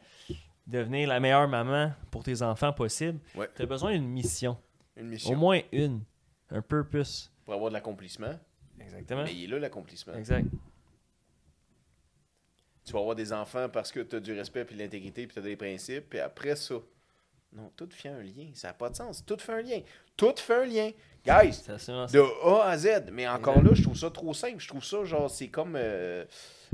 S2: devenir la meilleure maman pour tes enfants possible.
S1: Ouais.
S2: Tu as besoin d'une mission,
S1: Une
S2: au
S1: mission
S2: moins une, un purpose.
S1: pour avoir de l'accomplissement.
S2: Exactement.
S1: Mais il est là l'accomplissement.
S2: Exact.
S1: tu vas avoir des enfants parce que tu as du respect, puis de l'intégrité, puis tu as des principes, puis après ça. Non, tout fait un lien. Ça n'a pas de sens. Tout fait un lien. Tout fait un lien. Guys,
S2: C'est absolument ça.
S1: de A à Z. Mais encore
S2: Exact.
S1: là, je trouve ça trop simple. Je trouve ça, genre, c'est comme euh,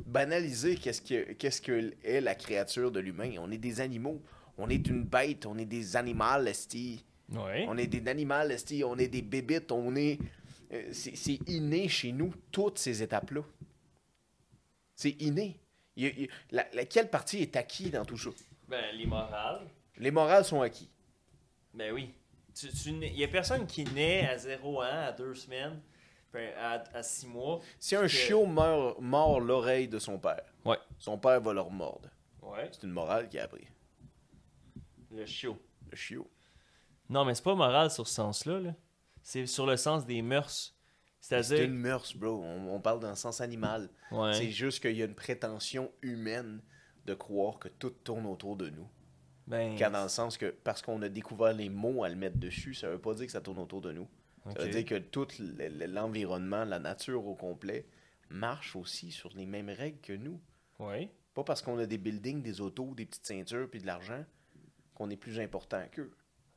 S1: banaliser qu'est-ce que, qu'est-ce que est la créature de l'humain. On est des animaux. On est une bête. On est des animaux, esti.
S2: Ouais.
S1: On est des animaux, esti. On est des bébites. On est... euh, c'est, c'est inné chez nous, toutes ces étapes-là. C'est inné. Il y a- il y a- la, la- quelle partie est acquis dans tout ça?
S2: Ben, les morales.
S1: Les morales sont acquis.
S2: Ben oui. Tu, tu Il n'y a personne qui naît à 0 ans, à 2 semaines, puis à, à 6 mois.
S1: Si un
S2: Que-
S1: chiot meurt, mord l'oreille de son père,
S2: Ouais.
S1: son père va leur mordre.
S2: Ouais.
S1: C'est une morale qu'il a appris.
S2: Le chiot.
S1: Le chiot.
S2: Non, mais c'est pas moral sur ce sens-là. là. C'est sur le sens des mœurs.
S1: C'est
S2: C'est-à-dire.
S1: une mœurs, bro. On, on parle d'un sens animal.
S2: Ouais.
S1: C'est juste qu'il y a une prétention humaine de croire que tout tourne autour de nous.
S2: Ben,
S1: Car dans le sens que parce qu'on a découvert les mots à le mettre dessus, ça veut pas dire que ça tourne autour de nous. Ça veut
S2: ok.
S1: dire que tout l- l- l'environnement, la nature au complet, marche aussi sur les mêmes règles que nous.
S2: Ouais.
S1: Pas parce qu'on a des buildings, des autos, des petites ceintures puis de l'argent qu'on est plus important qu'eux.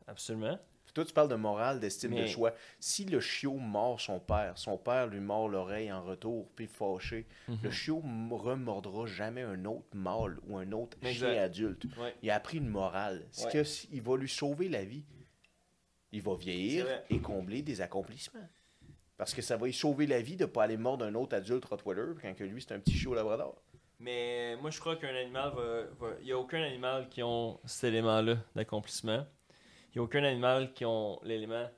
S2: Absolument.
S1: Toi, tu parles de morale, d'estime de
S2: Mais-
S1: choix. Si le chiot mord son père, son père lui mord l'oreille en retour, puis fâché,
S2: Mhm.
S1: le chiot m- remordra jamais un autre mâle ou un autre
S2: Exact.
S1: chien adulte.
S2: Ouais.
S1: Il a appris une morale. C'est
S2: Ouais.
S1: que s- il va lui sauver la vie. Il va vieillir
S2: C'est vrai.
S1: et combler des accomplissements. Parce que ça va lui sauver la vie de ne pas aller mordre un autre adulte Rottweiler quand que lui, c'est un petit chiot labrador.
S2: Mais euh, moi, je crois qu'un animal va. va- Il n'y a aucun animal qui ont cet élément-là d'accomplissement. Il n'y a aucun animal qui ont l'élément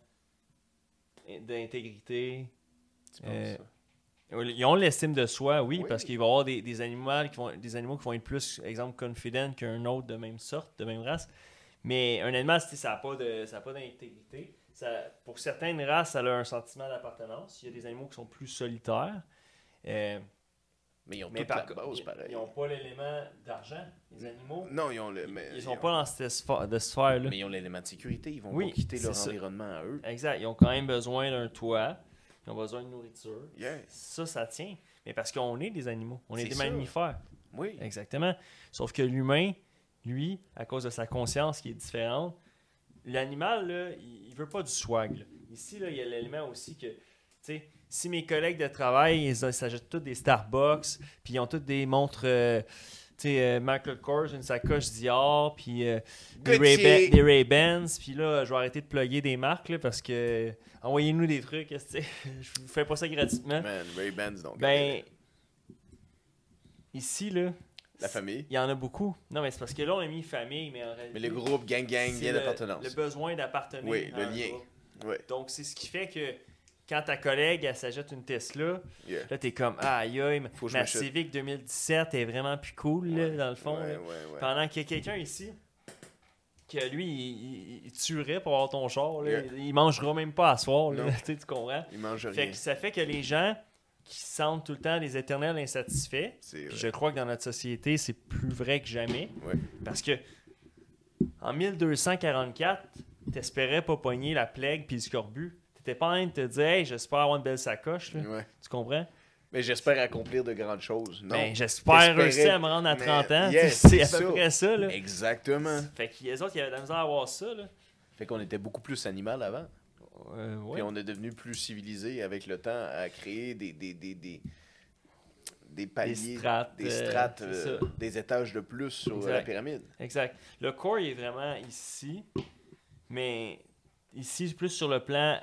S2: d'intégrité.
S1: Tu
S2: penses Euh, ça? Ils ont l'estime de soi, oui,
S1: Oui.
S2: parce qu'il va y avoir des, des, animaux qui vont, des animaux qui vont être plus, exemple, confident qu'un autre de même sorte, de même race. Mais un animal, c'est- ça n'a pas de- ça a pas d'intégrité. Ça- Pour certaines races, ça a un sentiment d'appartenance. Il y a des animaux qui sont plus solitaires. Euh,
S1: Mais ils ont
S2: mais
S1: toute
S2: par
S1: la
S2: co-
S1: base,
S2: ils-
S1: pareil.
S2: ils n'ont pas l'élément d'argent, les animaux.
S1: Non, ils ont le. Mais
S2: Ils sont pas dans cette sphère- de sphère-là.
S1: Mais ils ont l'élément de sécurité. Ils vont
S2: Oui,
S1: pas quitter leur
S2: c'est ça.
S1: environnement à eux.
S2: Exact. Ils ont quand même besoin d'un toit. Ils ont besoin de nourriture.
S1: Yeah.
S2: Ça, ça tient. Mais parce qu'on est des animaux. On est,
S1: C'est
S2: des
S1: sûr.
S2: mammifères.
S1: Oui.
S2: Exactement. Sauf que l'humain, lui, à cause de sa conscience qui est différente, l'animal, là, il, il veut pas du swag. là. Ici, là, il y a l'élément aussi que, tu sais, si mes collègues de travail, ils a- s'achètent tous des Starbucks, puis ils ont toutes des montres, euh, tu sais, euh, Michael Kors, une sacoche Dior, puis euh, des
S1: Gucci.
S2: Ray-Ban- des Ray-Bans, puis là, je vais arrêter de plugger des marques, là, parce que, envoyez-nous des trucs, est-ce que, tu sais, je vous fais pas ça gratuitement.
S1: Man, Ray Benz, donc. euh,
S2: Ben, ici, là,
S1: la famille.
S2: il y en a beaucoup. Non, mais c'est parce que là, on a mis famille, mais en réalité.
S1: Mais le groupe Gang Gang,
S2: c'est
S1: lien
S2: le-
S1: d'appartenance.
S2: Le besoin d'appartenir.
S1: Oui, le
S2: à un
S1: lien.
S2: groupe.
S1: Oui,
S2: Donc, c'est ce qui fait que quand ta collègue, elle s'ajoute une Tesla,
S1: yeah.
S2: là, t'es comme, ah, aïe, aïe, ma-
S1: Faut que je
S2: ma
S1: m'achète.
S2: Civic 2017 est vraiment plus cool, là,
S1: Ouais,
S2: dans le fond.
S1: Ouais,
S2: là.
S1: ouais, ouais.
S2: Pendant qu'il y a quelqu'un ici que lui, il, il- il tuerait pour avoir ton char, là.
S1: Yeah.
S2: il, il mangera même pas à soir, là.
S1: Non.
S2: tu sais, tu comprends?
S1: Il mange
S2: Fait
S1: rien.
S2: que ça fait que les gens qui sentent tout le temps les éternels insatisfaits,
S1: C'est
S2: puis
S1: vrai.
S2: je crois que dans notre société, c'est plus vrai que jamais.
S1: Ouais.
S2: Parce que en 1244, t'espérais pas pogner la plague puis le scorbut. T'étais pas en train de te dire, hey, j'espère avoir une belle sacoche. là.
S1: Ouais.
S2: Tu comprends?
S1: Mais j'espère accomplir de grandes choses. Non.
S2: Ben, j'espère
S1: T'espérais,
S2: réussir à me rendre à
S1: mais
S2: 30 ans.
S1: yes,
S2: c'est à
S1: c'est
S2: peu
S1: ça.
S2: près ça. Là.
S1: Exactement.
S2: Fait que les autres, ils avaient de la misère à avoir ça. Là.
S1: Fait qu'on était beaucoup plus animal avant.
S2: Euh, ouais.
S1: Puis on est devenu plus civilisé avec le temps à créer des, des, des, des, des paliers,
S2: strates,
S1: des,
S2: euh,
S1: strates,
S2: c'est
S1: euh,
S2: ça.
S1: des étages de plus sur euh,
S2: Exact.
S1: la pyramide.
S2: Exact. Le corps, il est vraiment ici, mais ici, plus sur le plan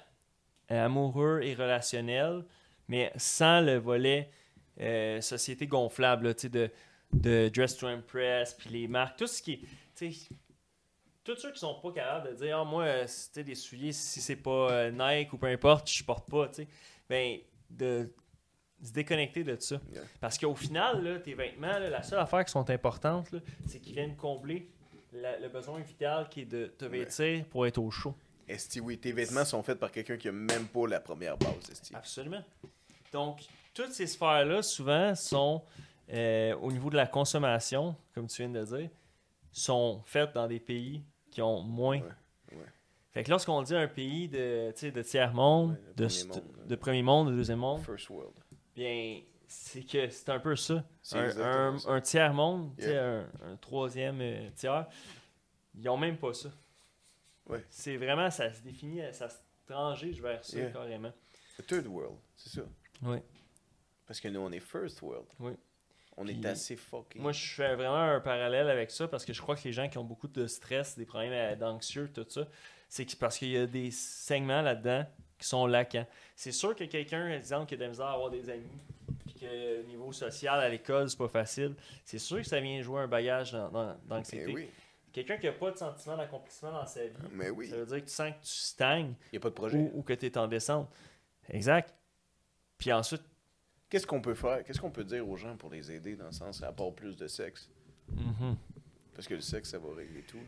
S2: euh, amoureux et relationnel, mais sans le volet euh, société gonflable, là, tu sais, de, de Dress to Impress, puis les marques, tout ce qui est. tu sais, Tous ceux qui sont pas capables de dire, ah, moi, euh, si, tu sais, des souliers, si c'est pas euh, Nike ou peu importe, je porte pas, tu sais. Ben, de se déconnecter de ça.
S1: Yeah.
S2: Parce qu'au final, là, tes vêtements, là, la seule affaire qui sont importantes, là, c'est qu'ils viennent combler la- le besoin vital qui est de te vêtir pour être au chaud.
S1: Esti, oui, tes vêtements sont faits par quelqu'un qui a même pas la première base, Esti.
S2: Absolument. Donc, toutes ces sphères-là, souvent, sont, euh, au niveau de la consommation, comme tu viens de dire, sont faites dans des pays qui ont moins.
S1: Ouais, ouais.
S2: Fait que lorsqu'on dit un pays de, tu sais, de tiers-monde,
S1: Ouais, le
S2: de,
S1: premier
S2: st-
S1: monde, là.
S2: de premier monde, de deuxième monde,
S1: First world.
S2: bien, c'est que c'est un peu ça.
S1: C'est
S2: Un,
S1: exactement
S2: un-
S1: ça.
S2: un tiers monde, tu sais,
S1: Yeah.
S2: un, un troisième euh, tiers, ils ont même pas ça.
S1: Ouais.
S2: C'est vraiment, ça se définit, ça se transige vers ça
S1: Yeah.
S2: carrément.
S1: The third world, c'est ça.
S2: Oui.
S1: Parce que nous, on est first world.
S2: Oui.
S1: On
S2: Puis-
S1: est assez fucking.
S2: Moi, je fais vraiment un parallèle avec ça parce que je crois que les gens qui ont beaucoup de stress, des problèmes euh, d'anxieux, tout ça, c'est que- parce qu'il y a des segments là-dedans qui sont laquants. C'est sûr que quelqu'un, exemple, qui a de la misère à avoir des amis, puis que au niveau social à l'école, c'est pas facile, c'est sûr que ça vient jouer un bagage dans- dans- d'anxiété.
S1: Mais Ben oui,
S2: Quelqu'un qui a pas de sentiment d'accomplissement dans sa vie,
S1: mais oui.
S2: ça veut dire que tu sens que tu stagnes
S1: Il n'y a pas de projet.
S2: Euh, ou, ou que tu es en descente. Exact. Puis ensuite,
S1: Qu'est-ce qu'on peut faire? Qu'est-ce qu'on peut dire aux gens pour les aider dans le sens à part plus de sexe?
S2: mhm.
S1: Parce que le sexe, ça va régler tout. là.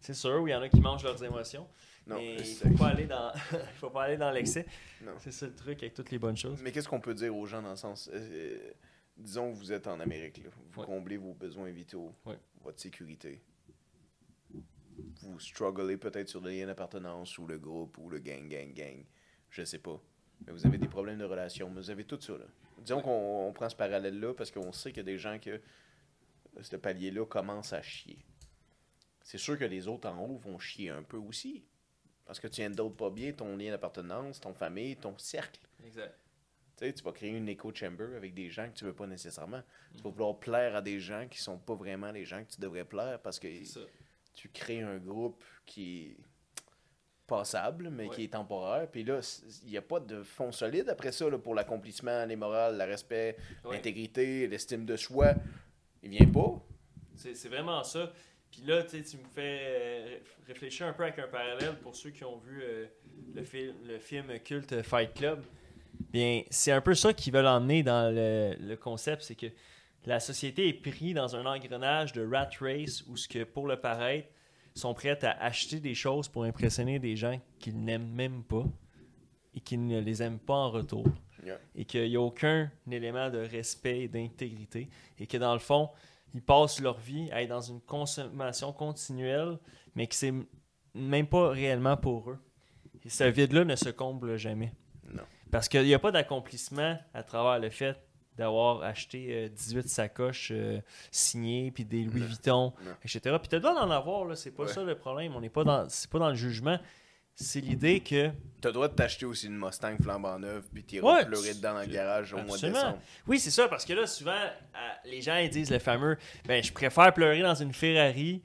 S2: C'est sûr, il y en a qui mangent leurs émotions.
S1: Non,
S2: mais il
S1: c'est-
S2: faut pas aller dans, il faut pas aller dans l'excès.
S1: Non.
S2: C'est ça le truc avec toutes les bonnes choses.
S1: Mais qu'est-ce qu'on peut dire aux gens dans le sens. euh, euh, disons, vous êtes en Amérique, là. vous
S2: Ouais.
S1: comblez vos besoins vitaux,
S2: Ouais.
S1: votre sécurité. Vous strugglez peut-être sur le lien d'appartenance ou le groupe ou le gang, gang, gang. Je sais pas. Mais vous avez des problèmes de relation, mais vous avez tout ça. Là. Disons qu'on on prend ce parallèle-là parce qu'on sait qu'il y a des gens que euh, ce palier-là commence à chier. C'est sûr que les autres en haut vont chier un peu aussi. Parce que tu viens d'autres pas bien ton lien d'appartenance, ton famille, ton cercle.
S2: Exact.
S1: Tu sais, tu vas créer une echo chamber avec des gens que tu veux pas nécessairement. Tu vas vouloir plaire à des gens qui sont pas vraiment les gens que tu devrais plaire parce que tu crées un groupe qui est passable, mais qui
S2: Ouais.
S1: est temporaire. Puis là, c- il n'y a pas de fond solide après ça là, pour l'accomplissement, les morales, le respect,
S2: Ouais.
S1: l'intégrité, l'estime de soi. Il vient pas.
S2: C'est c'est vraiment ça. Puis là, tu sais, tu me fais euh, réf- réfléchir un peu avec un parallèle pour ceux qui ont vu euh, le, film, le film culte Fight Club. Bien, c'est un peu ça qu'ils veulent emmener dans le, le concept, c'est que la société est prise dans un engrenage de rat race où ce que pour le paraître, sont prêts à acheter des choses pour impressionner des gens qu'ils n'aiment même pas et qui ne les aiment pas en retour
S1: Yeah.
S2: et qu'il n'y a aucun élément de respect et d'intégrité, et que dans le fond, ils passent leur vie à être dans une consommation continuelle, mais que c'est m- même pas réellement pour eux. Et ce vide-là ne se comble jamais.
S1: Non.
S2: Parce qu'il n'y a pas d'accomplissement à travers le fait d'avoir acheté euh, 18 sacoches euh, signées, puis des Louis
S1: Non.
S2: Vuitton,
S1: Non.
S2: etc. Puis tu dois en avoir, là, c'est pas
S1: Ouais.
S2: ça le problème, on n'est pas dans, c'est pas dans le jugement. C'est l'idée que
S1: T'as le droit de t'acheter aussi une Mustang flambant neuve puis t'y
S2: Ouais,
S1: pleurer
S2: tu-
S1: dedans dans le garage au mois de
S2: Absolument.
S1: décembre.
S2: Oui, c'est ça, parce que là, souvent, à- les gens ils disent le fameux ben, Je préfère pleurer dans une Ferrari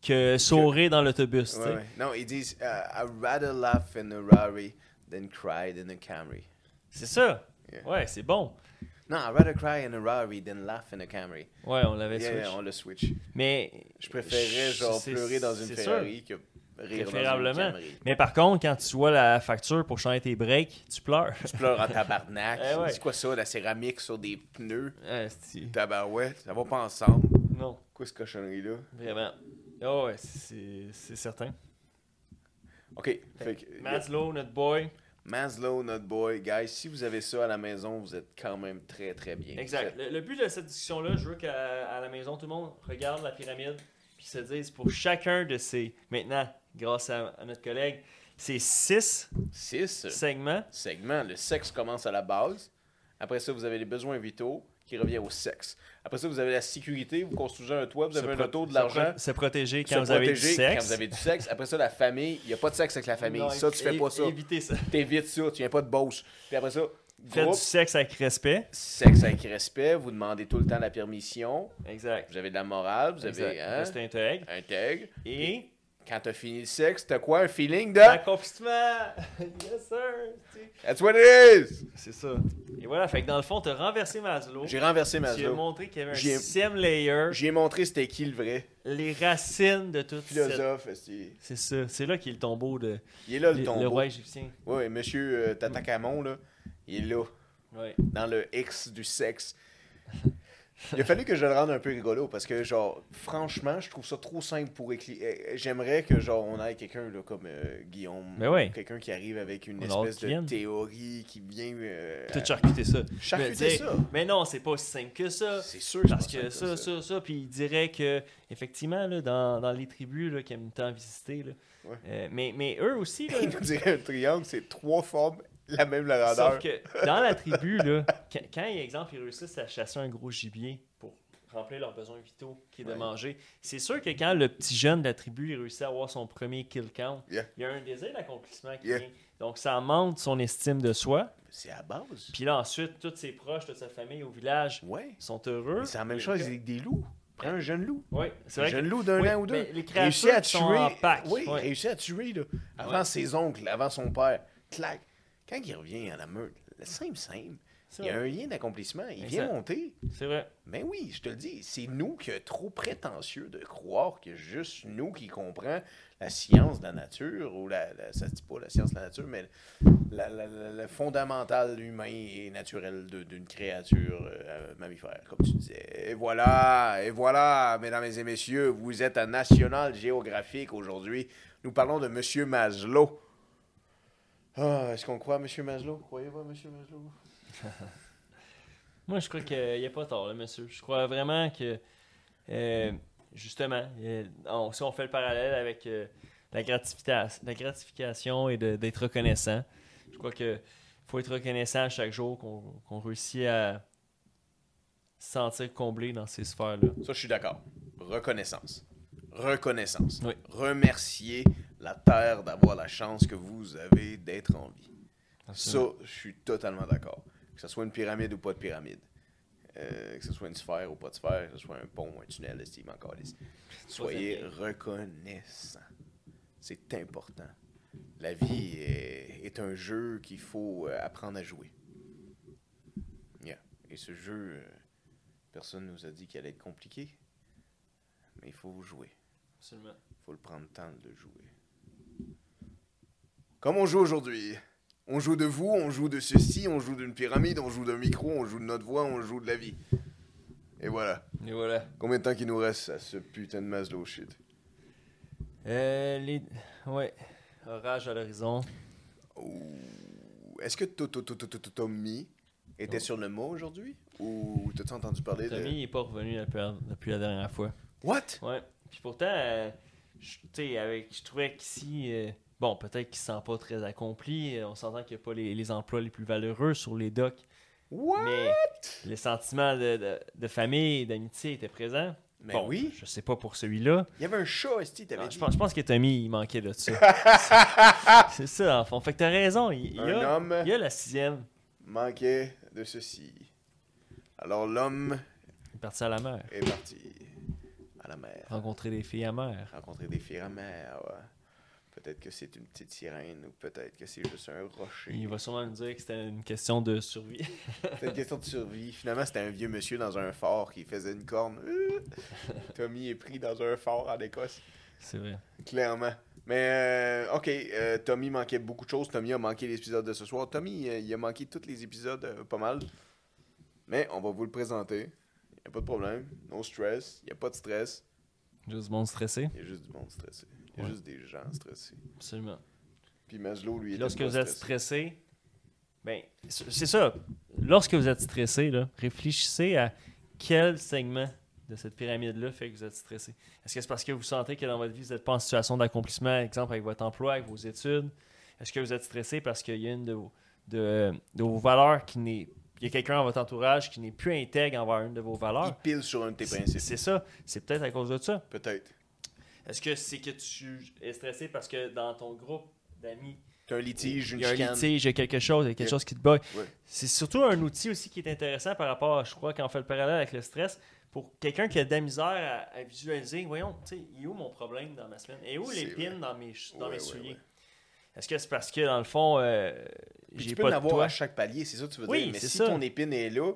S2: que sourire dans l'autobus. tu sais.
S1: Ouais, ouais. Non, ils disent euh, I'd rather laugh in a Rari than cry in a Camry.
S2: C'est ça.
S1: Yeah.
S2: Ouais, c'est bon.
S1: Non, I'd rather cry in a Rari than laugh in a Camry.
S2: Ouais, on l'avait
S1: Yeah,
S2: Ben, switch.
S1: yeah, on le switch.
S2: Mais.
S1: Je préférerais genre
S2: c'est-
S1: pleurer dans une
S2: c'est sûr.
S1: Ferrari que rire dans une
S2: Préférablement.
S1: Camry.
S2: Mais par contre, quand tu vois la facture pour changer tes breaks, tu pleures.
S1: Tu pleures en tabarnak.
S2: Eh ouais.
S1: C'est quoi ça, la céramique sur des pneus?
S2: Ah, c'est-
S1: Tabarouette, ça va pas ensemble.
S2: non,
S1: Quoi ce cochonnerie-là?
S2: vraiment. Ah ouais, c'est c'est certain.
S1: OK, fait que...
S2: Maslow, notre boy.
S1: Maslow, notre boy. Guys, si vous avez ça à la maison, vous êtes quand même très, très bien.
S2: Exact. Le, le but de cette discussion-là, je veux qu'à à la maison, tout le monde regarde la pyramide puis se dise pour chacun de ces, maintenant, grâce à, à notre collègue, ces six
S1: 6.
S2: segments.
S1: segment. Le sexe commence à la base. Après ça, vous avez les besoins vitaux qui revient au sexe. Après ça, vous avez la sécurité, vous construisez un toit, vous avez
S2: se
S1: un
S2: pro-
S1: auto, de
S2: se
S1: l'argent.
S2: pro- Se protéger quand
S1: se
S2: vous avez du
S1: protéger
S2: sexe.
S1: Quand vous avez du sexe. Après ça, la famille. Il n'y a pas de sexe avec la famille.
S2: Non,
S1: ça, tu fais
S2: é-
S1: pas ça.
S2: Évitez ça.
S1: T'évites ça. Tu viens pas de Beauce. Puis après ça,
S2: Faites
S1: groupe,
S2: du sexe avec respect.
S1: sexe avec respect. Vous demandez tout le temps la permission.
S2: Exact.
S1: Vous avez de la morale. Vous avez
S2: Exact.
S1: hein,
S2: Restez intègre.
S1: intègre.
S2: Et.
S1: Quand t'as fini le sexe, t'as quoi? Un feeling de...
S2: L'accomplissement! yes, sir! Tu sais.
S1: That's what it is!
S2: C'est ça. Et voilà, fait que dans le fond, t'as renversé Maslow.
S1: J'ai renversé ma
S2: Tu as
S1: zone.
S2: montré qu'il y avait un
S1: J'ai-
S2: sixième layer,
S1: J'ai montré c'était qui le vrai
S2: les racines de toute cette
S1: philosophe. c'est-
S2: C'est ça. C'est là qu'il est le tombeau de
S1: Il est là,
S2: le,
S1: le
S2: le
S1: tombeau.
S2: roi égyptien.
S1: Oui, ouais, monsieur euh, Tatakamon, là, il est là,
S2: Ouais.
S1: dans le X du sexe. Il a fallu que je le rende un peu rigolo parce que, genre, franchement, je trouve ça trop simple pour écrire. J'aimerais que, genre, on ait quelqu'un là, comme euh, Guillaume.
S2: Mais Ben ouais.
S1: Quelqu'un qui arrive avec une
S2: On a hâte
S1: espèce
S2: qu'il
S1: de
S2: vienne.
S1: théorie qui vient. euh,
S2: Tout charcuter ça.
S1: charcuter
S2: Mais,
S1: ça.
S2: Mais non, c'est pas aussi simple que ça.
S1: C'est sûr,
S2: Parce
S1: c'est pas
S2: que
S1: simple
S2: ça, ça, ça, puis il dirait que, effectivement, là, dans, dans les tribus là, qui aiment tant visiter, là,
S1: Ouais.
S2: euh, mais, mais eux aussi, là,
S1: Il nous dirait un triangle, c'est trois formes, la même
S2: sauf
S1: grandeur.
S2: que dans la tribu, là, quand, quand, exemple, ils réussissent à chasser un gros gibier pour remplir leurs besoins vitaux, qui est de
S1: Ouais.
S2: manger, c'est sûr que quand le petit jeune de la tribu il réussit à avoir son premier kill count,
S1: Yeah.
S2: il y a un désir d'accomplissement qui
S1: Yeah.
S2: vient. Donc, ça monte son estime de soi.
S1: C'est à base.
S2: Puis là, ensuite, tous ses proches, toute sa famille au village
S1: Ouais.
S2: sont heureux.
S1: Mais C'est la même chose avec des loups. Prends un jeune loup.
S2: Oui, c'est
S1: Un
S2: vrai. que-
S1: jeune loup d'un
S2: Oui,
S1: an ou deux.
S2: mais les créatures
S1: réussit à
S2: qui
S1: tuer.
S2: sont en pack,
S1: Oui,
S2: ouais. Ah
S1: réussit à tuer, là. Avant
S2: Ouais.
S1: ses oncles, avant son père. Clac. Quand il revient à la meute, le simple, simple.
S2: C'est
S1: Il y a
S2: vrai.
S1: un lien d'accomplissement. Il vient
S2: Exact.
S1: monter.
S2: C'est vrai.
S1: Mais oui, je te le dis, c'est nous qui sommes trop prétentieux de croire que juste nous qui comprend la science de la nature, ou la, la- ça se dit pas la science de la nature, mais la- la- la- le fondamental humain et naturel de- d'une créature euh, mammifère, comme tu disais. Et voilà, et voilà, mesdames et messieurs, vous êtes à National Geographic aujourd'hui. Nous parlons de Monsieur Maslow. Ah, Est-ce qu'on croit à Monsieur Maslow? Croyez-vous à Monsieur Maslow?
S2: Moi, je crois qu'il n'y a pas tort, là, monsieur. Je crois vraiment que, euh, justement, euh, on- si on fait le parallèle avec euh, la, gratification, la gratification et de- d'être reconnaissant, je crois que faut être reconnaissant à chaque jour qu'on qu'on réussit à se sentir comblé dans ces sphères-là.
S1: Ça, je suis d'accord. Reconnaissance. Reconnaissance.
S2: Oui.
S1: Remercier la Terre d'avoir la chance que vous avez d'être en vie.
S2: Absolument.
S1: Ça, je suis totalement d'accord. Que ce soit une pyramide ou pas de pyramide. Euh, que ce soit une sphère ou pas de sphère, que ce soit un pont ou un tunnel, estime encore Soyez reconnaissant. C'est important. La vie est, est un jeu qu'il faut euh, apprendre à jouer. Yeah. Et ce jeu, euh, personne nous a dit qu'il allait être compliqué. Mais il faut jouer.
S2: Absolument.
S1: Il faut le prendre le temps de jouer. Comme on joue aujourd'hui. On joue de vous, on joue de ceci, on joue d'une pyramide, on joue d'un micro, on joue de notre voix, on joue de la vie. Et voilà.
S2: Et voilà.
S1: Combien de temps qu'il nous reste à ce putain de Maslow shit?
S2: Euh, les... Ouais. Orage à l'horizon.
S1: Ouh. Est-ce que To- To- To- To- To- Tommy était
S2: Non.
S1: sur le mot aujourd'hui? Ou t'as-tu entendu parler
S2: Tommy n'est pas revenu depuis la- depuis la dernière fois.
S1: de... What?
S2: Ouais. Puis pourtant, euh, je- tu sais, avec, je trouvais qu'ici, euh, bon, peut-être qu'il se sent pas très accompli. euh, On s'entend qu'il n'y a pas les, les emplois les plus valeureux sur les docks.
S1: What?
S2: Mais le sentiment de, de, de famille, d'amitié était présent.
S1: Mais
S2: bon,
S1: Ben oui.
S2: Je sais pas pour celui-là.
S1: Il y avait un chat, Esti,
S2: Non,
S1: t'avais dit.
S2: Je pense, je pense que Tommy, il manquait de ça. C'est ça, en fond. Fait que t'as raison. Il, il y
S1: Un
S2: a,
S1: homme...
S2: il y a la sixième.
S1: manquait de ceci. Alors l'homme
S2: Il est parti à la mer.
S1: est parti à la mer,
S2: Rencontrer des filles à mer.
S1: rencontrer des filles à mer. ouais. Peut-être que c'est une petite sirène ou peut-être que c'est juste un rocher.
S2: Il va sûrement nous dire que c'était une question de survie.
S1: C'était une question de survie. Finalement, c'était un vieux monsieur dans un fort qui faisait une corne. Euh, Tommy est pris dans un fort en Écosse,
S2: C'est vrai.
S1: clairement. Mais euh, ok, euh, Tommy manquait beaucoup de choses. Tommy a manqué l'épisode de ce soir. Tommy, euh, il a manqué tous les épisodes, euh, pas mal. Mais on va vous le présenter. Il a pas de problème. No stress. Il n'y a pas de stress.
S2: Juste monde stressé.
S1: Il y a juste du monde stressé. Il y a
S2: Ouais.
S1: juste des gens stressés.
S2: Absolument.
S1: Puis Maslow, lui,
S2: Puis
S1: il
S2: lorsque
S1: était
S2: vous
S1: pas
S2: êtes
S1: stressé.
S2: stressé, ben, c'est c'est ça. Lorsque vous êtes stressé, là, réfléchissez à quel segment de cette pyramide-là fait que vous êtes stressé. Est-ce que c'est parce que vous sentez que dans votre vie, vous n'êtes pas en situation d'accomplissement, exemple avec votre emploi, avec vos études? Est-ce que vous êtes stressé parce qu'il y a une de vos, de, de vos valeurs qui n'est... Il y a quelqu'un dans votre entourage qui n'est plus intègre envers une de vos
S1: Il
S2: valeurs?
S1: pile sur un de tes
S2: C'est
S1: principes.
S2: c'est ça. C'est peut-être à cause de ça.
S1: Peut-être.
S2: Est-ce que c'est que tu es stressé parce que dans ton groupe d'amis,
S1: T'as un litige,
S2: il
S1: une
S2: y a un
S1: chicane.
S2: litige, il y a quelque chose, il y a quelque
S1: Yeah.
S2: chose qui te bug.
S1: Ouais.
S2: C'est surtout un outil aussi qui est intéressant par rapport, à, je crois, quand on fait le parallèle avec le stress, pour quelqu'un qui a de la misère à, à visualiser, voyons, tu sais, il est où mon problème dans ma semaine? Et où les
S1: C'est
S2: pins
S1: vrai.
S2: dans mes, ch- dans
S1: Ouais,
S2: mes
S1: ouais,
S2: souliers?
S1: ouais.
S2: Est-ce que c'est parce que, dans le fond, euh,
S1: Puis
S2: j'ai
S1: tu peux
S2: pas
S1: en
S2: de
S1: avoir
S2: toit?
S1: à chaque palier, c'est ça que tu veux
S2: Oui,
S1: dire. Mais
S2: c'est
S1: si
S2: ça.
S1: ton épine est là,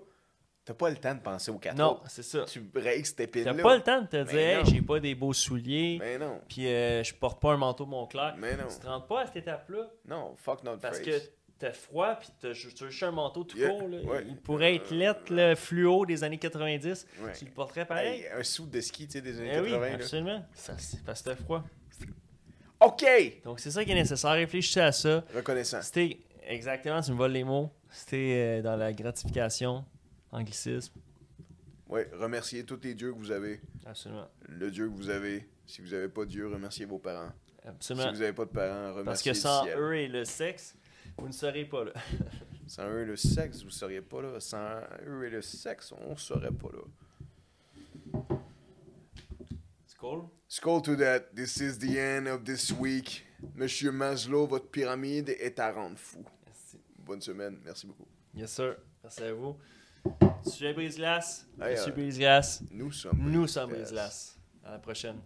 S1: t'as pas le temps de penser aux quatre
S2: Non,
S1: autres.
S2: c'est ça.
S1: Tu breaks cette
S2: T'as
S1: épine-là.
S2: pas le temps de te dire,
S1: non.
S2: hey, j'ai pas des beaux souliers,
S1: Mais non.
S2: puis euh, je porte pas un manteau Montclair.
S1: Mais non.
S2: Tu te rends pas à cette étape-là
S1: Non, fuck notre
S2: parce que
S1: phrase.
S2: t'as froid, puis t'as ju- tu as juste un manteau tout
S1: Yeah,
S2: court. là.
S1: ouais. Euh,
S2: Il pourrait être lettre, le fluo des années 90.
S1: Ouais.
S2: Tu le porterais pareil?
S1: Hey, un sou de ski, tu sais, des années
S2: Eh oui,
S1: 80. là.
S2: absolument. Ça, c'est parce que t'as froid.
S1: OK!
S2: Donc, c'est ça qui est nécessaire. Réfléchissez à ça.
S1: Reconnaissant.
S2: C'était exactement, tu me voles les mots. C'était euh, dans la gratification, anglicisme.
S1: Oui, remerciez tous les dieux que vous avez.
S2: Absolument.
S1: Le dieu que vous avez. Si vous avez pas de dieu, remerciez vos parents. Si
S2: Absolument.
S1: vous avez pas de parents,
S2: Parce
S1: remerciez
S2: que sans
S1: le ciel.
S2: eux et le sexe, vous ne serez pas là.
S1: Sans eux et le sexe, vous seriez pas là. Sans eux et le sexe, on serait pas là.
S2: C'est cool.
S1: Scroll to that. This is the end of this week. Monsieur Maslow, votre pyramide est à rendre fou.
S2: Merci.
S1: Bonne semaine. Merci beaucoup.
S2: Yes, sir. Merci à vous. Tu es Brise-Glace.
S1: Hey,
S2: Je suis
S1: euh,
S2: Brise-Glace.
S1: Nous sommes.
S2: Nous sommes
S1: Yes.
S2: Brise-Glace. À la prochaine.